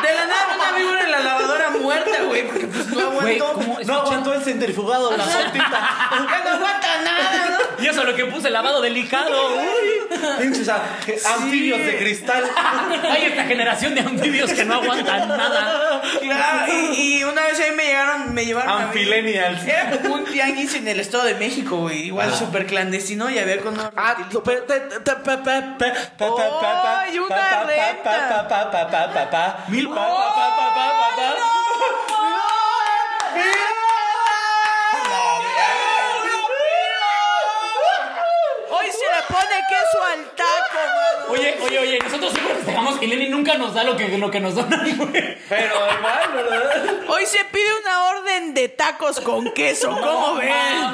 S2: De la nada, una víbora en la lavadora muerta, güey, porque pues no
S1: Güey,
S2: aguantó.
S1: ¿cómo?
S3: No aguantó el centrifugado, la soltita.
S2: Ya no aguanta nada, ¿no?
S1: Y eso lo que puse lavado delicado. Uy.
S3: Pinches a- anfibios de cristal.
S1: Hay esta generación de anfibios que no aguantan nada.
S2: Claro, Ah, y, y una vez ahí me llegaron, me llevaron a mí.
S3: Amphilenials.
S2: Era como un tianguis en el Estado de México, güey. Igual súper clandestino y había con unos
S3: Ah,
S2: reptilianos.
S3: tu- pe- te- te- pa- pa- pa- pa- pa- pa- pa-
S2: ¡Ay, una
S3: pa- pa-
S2: renta!
S3: pa- pa- pa- pa- pa- pa- pa-
S1: Mil-
S3: pa- pa- pa- pa- pa- pa- pa-
S2: Hoy se le pone queso al taco, mano.
S1: Oye, oye, oye, nosotros siempre festejamos y Lenny nunca nos da lo que, lo que nos donan, güey.
S3: Pero igual, ¿verdad?
S2: Hoy se pide una orden de tacos con queso, ¿cómo
S1: Ah,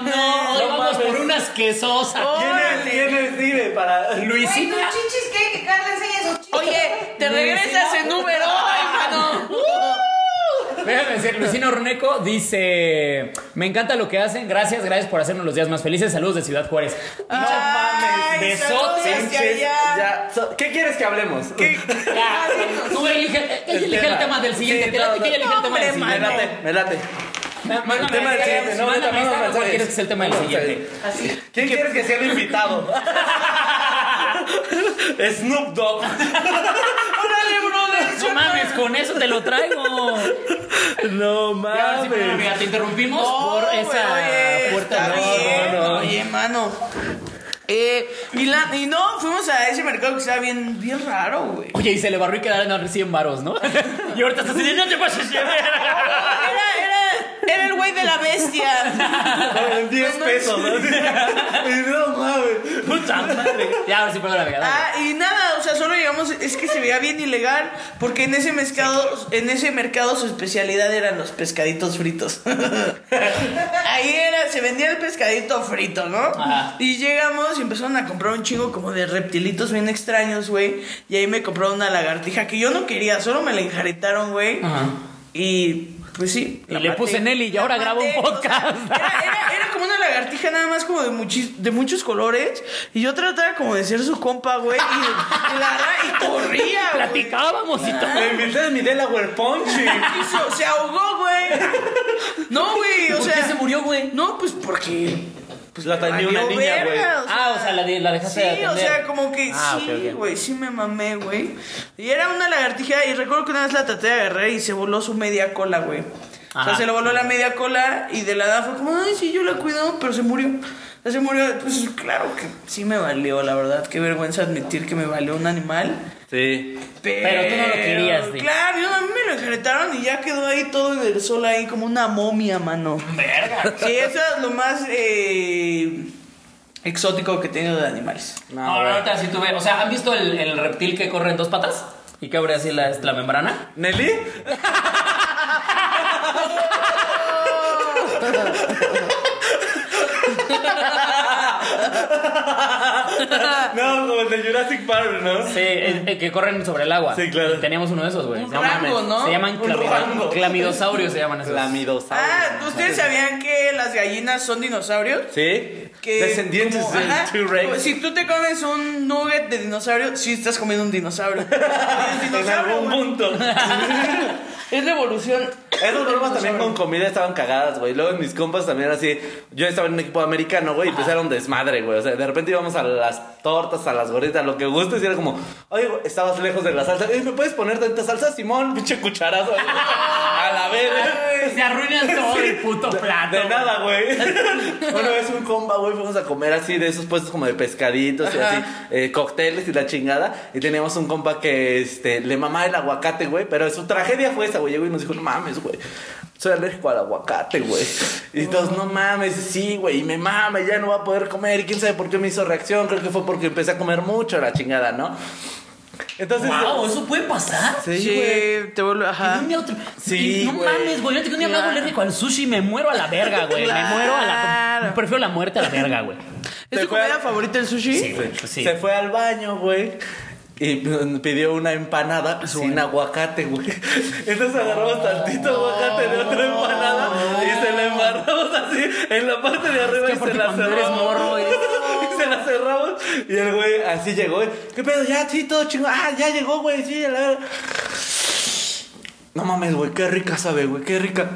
S2: ven?
S1: No, hoy
S3: No
S1: vamos
S3: mames.
S1: por unas quesosas.
S3: ¿Quién es-
S2: Órale.
S3: quién es Dive para
S4: Güey,
S1: Luisita.
S4: tus chichis, ¿qué? Que Carla enseña sus chichis.
S2: Oye, te regresas en número hoy, mano.
S1: Uh. Déjame decir, Luisino Runeco dice: Me encanta lo que hacen, gracias, gracias por hacernos los días más felices. Saludos de Ciudad Juárez.
S2: Ay,
S1: Pinches
S2: saludos
S1: besotes.
S2: hacia
S3: Pinches,
S2: allá.
S3: ya, so- ¿Qué quieres que hablemos?
S1: Ya, Tú elige, ella elige el tema del siguiente.
S3: Sí,
S1: te late
S3: no,
S1: que ella
S3: no.
S1: elija el tema del
S2: Hombre,
S3: Me
S1: siguiente.
S3: late, me late.
S1: Mándame
S3: El tema del
S1: mensaje,
S3: siguiente, no,
S1: mándame mensaje,
S3: ahorita, mándame
S1: ¿Cuál
S3: mensajes.
S1: quieres que sea el tema del siguiente?
S4: Así.
S3: ¿Quién quieres que sea el invitado? Snoop Dogg.
S2: ¡Órale, brother!
S1: No mames, con eso te lo traigo.
S3: No
S1: Ya, sí, bueno,
S3: mames.
S1: amiga, te interrumpimos
S2: No,
S1: por
S2: güey,
S1: esa
S2: oye,
S1: puerta
S2: está bien,
S1: no, no, no.
S2: Oye, mano. Eh, y, la- y no, fuimos a ese mercado que estaba bien, bien raro, güey.
S1: Oye, y se le barrió y quedaron a 100 varos, ¿no? Y ahorita estás diciendo, no te pases de verga".
S2: Era, era, era el güey de la bestia.
S3: En 10 pesos. ¿no? Y no mames.
S1: Puta madre. Ya, ahora sí, perdón, amiga. dale.
S2: Ah, y nada, o sea, solo llegamos, es que se veía bien ilegal, porque en ese mercado, en ese mercado su especialidad eran los pescaditos fritos. Ahí era, se vendía el pescadito frito, ¿no?
S1: Ajá.
S2: Y llegamos y empezaron a comprar un chingo como de reptilitos bien extraños, güey. Y ahí me compraron una lagartija que yo no quería, solo me la enjaretaron, güey.
S1: Ajá.
S2: Y pues sí.
S1: Y
S2: la
S1: le puse Nelly, y
S2: La
S1: ahora grabo un
S2: maté, o sea,
S1: podcast.
S2: era- era, era como una lagartija nada más como de, muchis- de muchos colores. Y yo trataba como de ser su compa, güey. Y, y la ra- y corría, güey. Ah,
S1: Platicábamos y todo.
S3: Me invitaron a mi Delaware Punch. y-
S2: Y se- se ahogó, güey. No, güey, o
S1: ¿Por qué
S2: sea.
S1: se murió, güey?
S2: No, pues porque.
S3: Pues la tenía una
S2: valió
S3: niña, güey.
S2: verga,
S1: Ah, o sea, la, de- la dejaste
S2: Sí,
S1: de
S2: o
S1: atender.
S2: sea, como que
S1: Ah,
S2: sí,
S1: ok,
S2: güey,
S1: ok.
S2: sí me mamé, güey. Y era una lagartija y recuerdo que una vez la traté de agarrar y se voló su media cola, güey. O sea,
S1: Ajá.
S2: se le voló la media cola y de la nada fue como, ay, sí, yo la cuido, pero se murió. O sea, se murió, pues claro que sí me valió, la verdad. Qué vergüenza admitir que me valió un animal.
S3: Sí.
S2: Pero,
S1: tú no lo querías, sí.
S2: Claro, yo, a mí me lo enjaretaron y ya quedó ahí todo en el sol, ahí como una momia, mano.
S1: Verga.
S2: Sí, eso es lo más eh, exótico que he tenido de animales.
S1: No, ahora ahorita sí tuve. O sea, ¿han visto el, el reptil que corre en dos patas? Y que abre así la, la membrana.
S3: ¿Nelly? No, como el de Jurassic Park, ¿no?
S1: Sí, eh, eh, que corren sobre el agua.
S3: Sí, claro.
S1: Y teníamos uno de esos, güey.
S2: Un rango, ¿no?
S1: Se llaman
S3: Un
S1: clamido-
S3: rango.
S1: clamidosaurios, se llaman esos.
S3: Clamidosaurio.
S2: Ah, ¿ustedes sabían que las gallinas son dinosaurios?
S3: ¿Sí?
S2: Que
S3: Descendientes
S2: como-
S3: del
S2: ajá,
S3: T-Rex.
S2: pues, Si tú te comes un nugget de dinosaurio, sí estás comiendo un dinosaurio. Y el
S3: En
S2: dinosaurio,
S3: algún
S2: güey,
S3: punto.
S2: Es revolución.
S3: Esos bromas también con comida estaban cagadas, güey. Luego mis compas también era así. Yo estaba en un equipo americano, güey, y pues era un desmadre, güey. O sea, de repente íbamos a las tortas, a las gorditas, lo que gustes, y era como, oye, güey, estabas lejos de la salsa. Ey, ¿Me puedes poner tanta salsa, Simón? Pinche cucharazo. a la vez.
S1: Se arruinan todo el puto plato.
S3: De
S1: güey.
S3: nada, güey. Una vez un compa, güey, fuimos a comer así de esos puestos como de pescaditos y así, eh, cócteles y la chingada. Y teníamos un compa que este, le mamaba el aguacate, güey. Pero su tragedia fue esa, güey. Llegó y nos dijo, no mames, güey. Soy alérgico al aguacate, güey. Y entonces, no mames, sí, güey. Y me mama, ya no va a poder comer. Y quién sabe por qué me hizo reacción. Creo que fue porque empecé a comer mucho la chingada, ¿no? Entonces.
S1: Wow, ¿eso puede pasar?
S3: Sí, güey.
S2: te vuelvo.
S1: De un día a otro-
S3: Ah. Sí,
S1: Y no
S3: güey.
S1: mames, güey. Yo tengo un día me hago
S2: Claro.
S1: alérgico al sushi y me muero a la verga, güey. Me muero a la.
S2: Claro.
S1: Prefiero la muerte a la verga, güey.
S2: ¿Es
S3: Te
S2: tu
S3: fue-
S2: comida favorita el sushi?
S1: Sí, güey. pues sí.
S3: Se fue al baño, güey. Y pidió una empanada
S1: Ah,
S3: sin aguacate, güey. Entonces agarramos tantito aguacate de otra empanada y se la embarramos así en la parte de arriba
S1: que
S3: y
S1: porque
S3: se la
S1: cuando eres
S3: cerramos.
S1: morro, eres-
S3: Y se la cerramos. Y el güey así llegó. güey, ¿Qué pedo? Ya, sí, todo chingón. Ah, ya llegó, güey. Sí, a la verga". No mames, güey. Qué rica sabe, güey. Qué rica.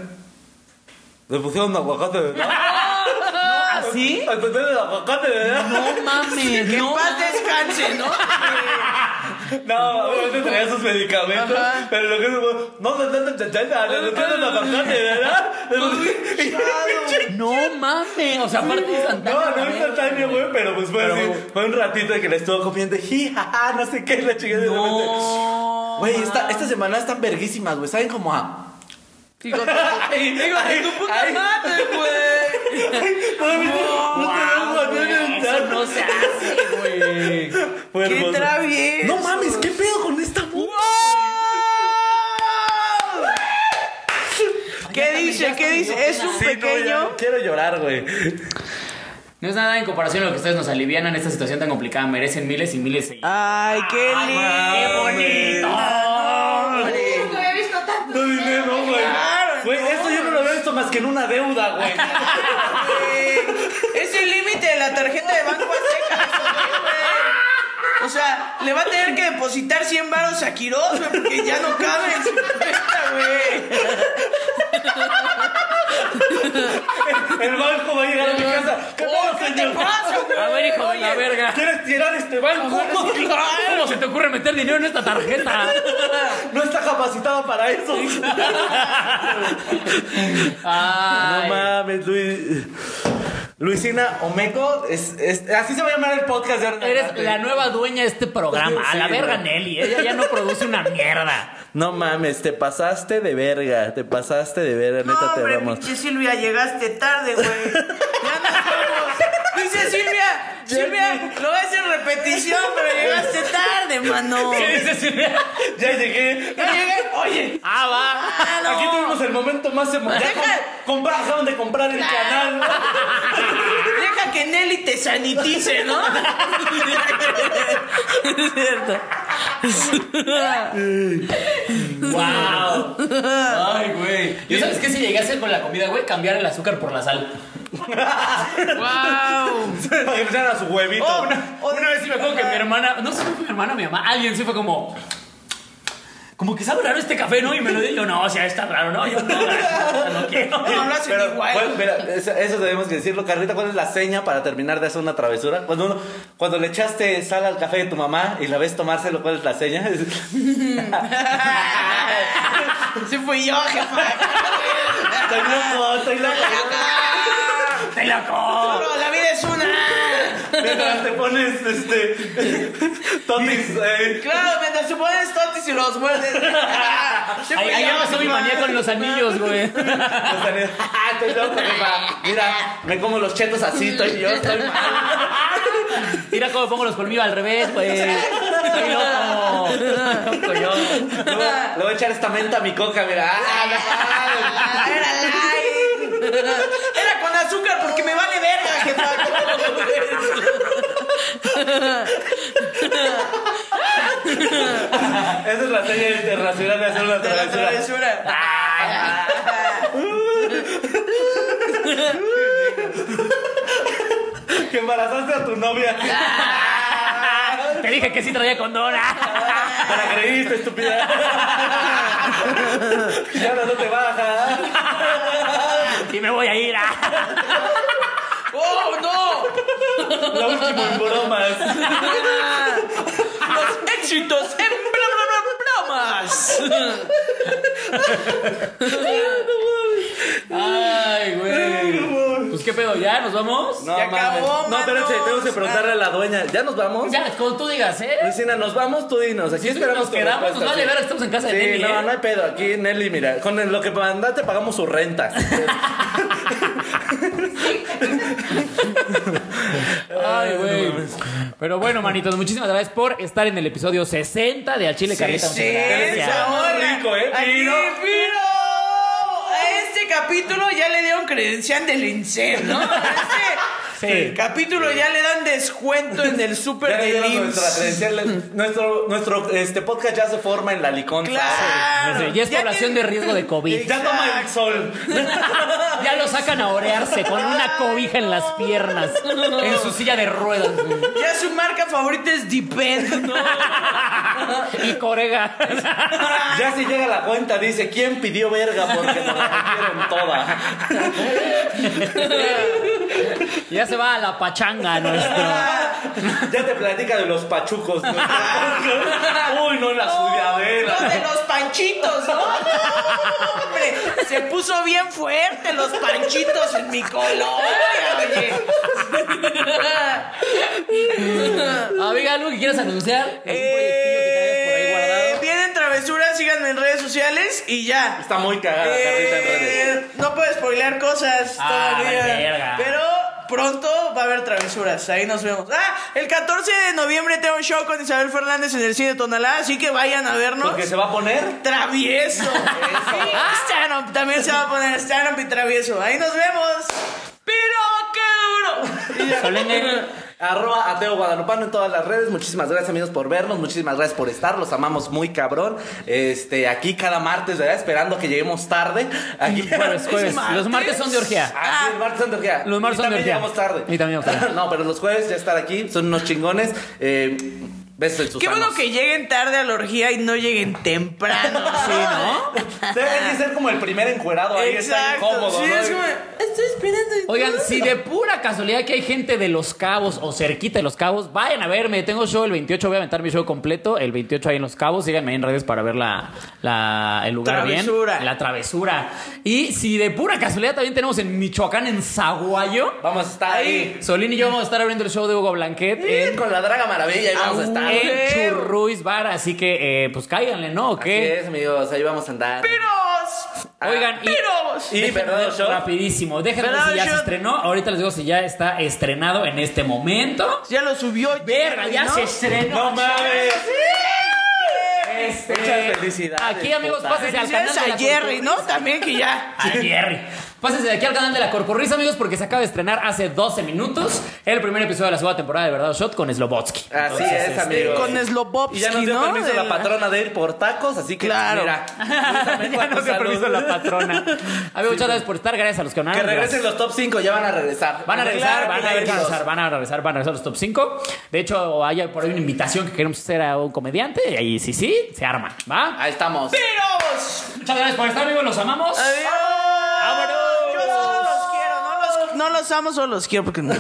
S3: Le pusieron aguacate, ¿verdad?
S1: ¿Así?
S3: Al pastel de aguacate, ¿verdad?
S1: No mames,
S2: Que en
S1: no.
S2: paz descanse, ¿no?
S3: No, obviamente traía sus medicamentos, pero lo que es como, no se trata de chachata, se trata de aguacate, ¿verdad?
S1: No mames. O sea, aparte instantáneo.
S3: No, no es instantáneo, güey, pero pues fue así, fue un ratito de que la estuvo comiendo, ji, jaja, no sé qué, la chica de repente.
S1: No.
S3: Güey, esta, esta semana están verguísimas, güey, saben como a...
S2: Digo, digo, de tu puta
S3: ay.
S2: madre, güey.
S3: No
S1: Güey, Eso no se hace, güey.
S3: Fue
S2: ¡Qué
S3: hermoso. pues,
S2: travieso!
S3: No mames, ¿qué pedo con esta puta?
S2: Ah. ¿Qué dice? ¿Qué dice? Es un
S3: Sí, no, ya
S2: pequeño.
S3: quiero llorar, güey.
S1: No es nada en comparación a lo que ustedes nos alivianan esta situación tan complicada. Merecen miles y miles de
S3: Ah,
S2: Ay, qué lindo.
S1: ¡Qué bonito!
S4: Nunca había visto tanto.
S3: eh, No dinero, güey.
S2: Claro,
S3: Güey,
S2: no.
S3: esto yo no lo había visto más que en una deuda, güey.
S2: güey. Es el límite de la tarjeta de Banco Azteca. eso, güey. O sea, le va a tener que depositar 100 varos a Quiroz, güey, porque ya no cabe en su cuenta, güey.
S3: El banco va a llegar a mi casa. ¿Qué
S2: Oh,
S3: pedo,
S2: ¿qué te
S3: señor?
S2: pasa, güey?
S1: A ver, hijo de la verga.
S3: ¿Quieres tirar este banco?
S1: ¿Cómo se te ocurre meter dinero en esta tarjeta?
S3: No está capacitado para eso. No
S1: Ay.
S3: mames, Luis. Luisina Omeco, es, es- así se va a llamar el podcast de ahora en
S1: Eres
S3: adelante.
S1: la nueva dueña de este programa. A la
S3: Sí,
S1: verga,
S3: güey.
S1: Nelly. Ella ya no produce una mierda.
S3: No mames, te pasaste de verga, te pasaste de verga,
S2: No,
S3: neta te
S2: hombre,
S3: vamos.
S2: pinche Silvia, llegaste tarde, güey. Ya nos vamos. Dice Silvia, Silvia, lo voy a hacer en repetición, pero llegaste tarde, mano.
S3: Ya llegué.
S2: Ya llegué. Oye,
S1: Ah, va.
S2: ah, no.
S3: Aquí tuvimos el momento más emocionante.
S2: Deja-
S3: Compraron de comprar el canal.
S2: Deja que Nelly te sanitice, ¿no? es cierto.
S1: Wow.
S3: Ay, güey.
S1: Yo sabes que si llegase con la comida, güey, cambiar el azúcar por la sal.
S2: Wow.
S3: Para que pusieran a su huevito.
S2: Oh,
S3: Una-
S2: oh,
S1: Una vez sí me acuerdo que mi hermana, no sé si fue mi hermana o mi mamá, alguien sí fue como. Como que sabe raro este café, ¿no? Y me lo di yo, no, o sea, está raro, no, yo no, gracias, no quiero.
S2: No, lo hacen
S3: Pero,
S2: igual.
S3: ¿cuál- mira, eso, eso tenemos que decirlo, Carlita. ¿Cuál es la seña para terminar de hacer una travesura? Cuando uno, cuando le echaste sal al café de tu mamá y la ves tomárselo, ¿cuál es la seña?
S2: Sí fui yo, jefa.
S3: Estoy loco, estoy loco.
S1: ¡Te loco!
S2: Solo la vida es una.
S3: Mientras te pones, este, totis, eh,
S2: Claro, mientras se pones totis y los muerdes. Sí fui
S1: Ahí ahí
S2: yo,
S1: ya pasó mi
S2: jefa.
S1: manía con los anillos, güey.
S3: los anillos. Ah, estoy loco, jefa. Mira, me como los chetos así, estoy yo, estoy mal.
S1: Mira cómo pongo los colmillos al revés, güey. Estoy loco. Loco yo.
S3: Le voy, a- le voy a echar esta menta a mi coca, mira. Ah, no, mames.
S2: Ah, Era light. Era con azúcar porque me vale verga, jefa.
S3: Esa es la seña internacional de hacer una
S2: De
S3: travesura.
S2: la travesura.
S1: Ah,
S2: Ah.
S3: Que embarazaste a tu novia.
S1: Te dije que sí traía ah. condona.
S3: Te la creíste, estúpida. Y ahora no te baja.
S1: Y me voy a ir. ah.
S2: ¡Oh, no!
S3: Lo último en bromas.
S2: Los éxitos en bla bla bla bromas.
S1: Ay, güey. Pues qué pedo, ¿ya nos vamos?
S3: No,
S2: Ya acabó,
S3: No, espérense,
S2: manos.
S3: tenemos que preguntarle a la dueña. ¿Ya nos vamos?
S1: Ya, como tú digas, ¿eh?
S3: Lucina, nos vamos, tú dinos. Aquí Pues, esperamos
S1: Nos
S3: tu
S1: quedamos, nos
S3: respuesta,
S1: vale
S3: sí.
S1: ver, estamos en casa de
S3: Sí,
S1: Nelly,
S3: no,
S1: ¿eh?
S3: no hay pedo. Aquí Nelly, mira, con el- lo que mandaste pagamos su renta.
S1: Ay, güey. Pero bueno, manitos, muchísimas gracias por estar en el episodio 60 de Al Chile Carlita.
S2: Este
S1: Muchas gracias.
S3: esa
S2: ahora.
S3: Rico, ¿eh?
S2: Aquí,
S3: Piro.
S2: Piro. A este capítulo ya le dieron credencial del INSER, ¿no? A este
S1: Sí.
S2: capítulo ya le dan descuento en el
S3: Ya
S2: súper
S3: le
S2: del
S3: dieron nuestra
S2: IMSS.
S3: credencial. Nuestro, nuestro este, podcast ya se forma en la liconza.
S2: Claro.
S1: Sí, Ya es población de riesgo de COVID.
S3: Ya toma el sol.
S1: Ya lo sacan a orearse con una cobija en las piernas, en su silla de ruedas güey.
S2: Ya su marca favorita es Depend, ¿no?
S1: y corega.
S3: Ya si llega la cuenta, dice, ¿quién pidió verga? Porque nos la metieron toda.
S1: Ya se va a la pachanga nuestro.
S3: Ya te platica de los pachucos. ¿no? Uy, no, la sudadera.
S2: Los de los panchitos, ¿no? ¡No, hombre! Se puso bien fuerte los panchitos en mi colonia, oye.
S1: Amiga, ¿algo que quieras anunciar? ¿Algún proyectillo que tengas por ahí
S2: Eh,
S1: guardado?
S2: Vienen travesuras, síganme en redes sociales y ya.
S3: Está muy cagada Carlita Ah, en redes.
S2: Eh, no puedo spoilear cosas
S1: Ah,
S2: todavía.
S1: vale, verga.
S2: Pero pronto va a haber travesuras. Ahí nos vemos. Ah, el 14 de noviembre tengo un show con Isabel Fernández en el cine Tonalá, así que vayan a vernos.
S3: Porque se va a poner.
S2: Travieso. Sí, stand-up. También se va a poner stand-up y travieso. Ahí nos vemos. ¡Pero qué duro! Y ya.
S1: Solemne.
S3: Arroba Ateo Guadalupano en todas las redes. Muchísimas gracias, amigos, por vernos. Muchísimas gracias por estar. Los amamos muy cabrón. Este, aquí cada martes, ¿verdad? Esperando que lleguemos tarde. Aquí
S1: Jueves, jueves. Los martes son de orgía.
S3: Ah, sí, el martes son de orgía.
S1: Los martes
S3: Y
S1: son de
S3: también
S1: orgía.
S3: llegamos tarde.
S1: Y también llegamos tarde.
S3: no, pero los jueves ya estar aquí. Son unos chingones. Eh, Besos en sus
S2: Qué bueno
S3: manos.
S2: que lleguen tarde a la orgía y no lleguen temprano, ¿sí, no?
S3: Debe de ser como el primer encuerado ahí, está incómodo,
S2: sí,
S3: ¿no?
S2: es como, estoy esperando.
S1: Oigan, si de pura casualidad que hay gente de Los Cabos o cerquita de Los Cabos, vayan a verme. Tengo show el 28, voy a aventar mi show completo. El 28 ahí en Los Cabos. Síganme ahí en redes para ver la, la- el lugar
S2: Travesura.
S1: bien. La travesura. Y si de pura casualidad también tenemos en Michoacán, en Zaguayo.
S3: Vamos a estar ahí.
S1: Solín y yo vamos a estar abriendo el show de Hugo Blanquet en,
S3: Con la Draga Maravilla ahí
S1: Ah,
S3: vamos a estar.
S1: en Churruis Bar. Así que, eh, pues cáiganle, ¿no? ¿O
S3: Así
S1: qué?
S3: es, amigos, ahí vamos a andar.
S2: ¡Piros!
S1: Oigan, y-
S2: ¡Piros!
S3: Y
S1: Déjenme
S3: ¿verdad,
S1: ver
S3: show?
S1: rapidísimo. Déjenme ver
S2: ¿Verdad,
S1: si ya se
S2: show?
S1: estrenó. Ahorita les digo si ya está estrenado en este momento.
S2: Ya lo subió.
S1: Verga, ya
S2: ¿no?
S1: se estrenó.
S3: ¡No mames!
S1: Este,
S3: Muchas felicidades,
S1: Aquí, amigos,
S3: puta.
S1: pásense al canal
S2: Felicidades
S1: de
S2: a
S1: la
S2: Jerry,
S1: Corporrisa.
S2: ¿no? También que ya.
S1: A Jerry. Pásense de aquí al canal de la Corporrisa, amigos, porque se acaba de estrenar hace 12 minutos el primer episodio de la segunda temporada de Verdad o Shot con Slobotsky.
S3: Así es,
S1: este,
S3: amigos.
S2: este, Con Slobovsky,
S3: Y ya nos dio
S2: ¿no?
S3: permiso la
S2: Del-
S3: patrona de ir por tacos, así que
S2: Claro.
S3: mira.
S1: ya nos dio permiso la patrona. Amigos, muchas gracias por estar. Gracias a los que no
S3: Que regresen los top 5, ya van a regresar.
S1: Van a regresar,
S3: Claro
S1: van
S3: que
S1: a
S3: ya hay
S1: regresar,
S3: dos.
S1: van a regresar, van a regresar los top 5. De hecho, hay por ahí una invitación que queremos hacer a un comediante. Y ahí sí, sí, se arma. ¿Va?
S3: Ahí estamos.
S2: ¡Piros!
S1: Muchas gracias por estar, amigos. Los amamos.
S2: ¡Adiós! Yo solo los quiero, no los, no los amo, solo los quiero porque no.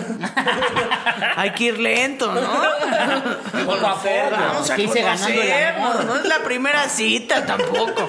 S2: Hay que ir lento, ¿no?
S1: Poco a poco.
S2: Vamos a
S1: Aquí se ganando el amor.
S2: conocernos, no es la primera cita tampoco.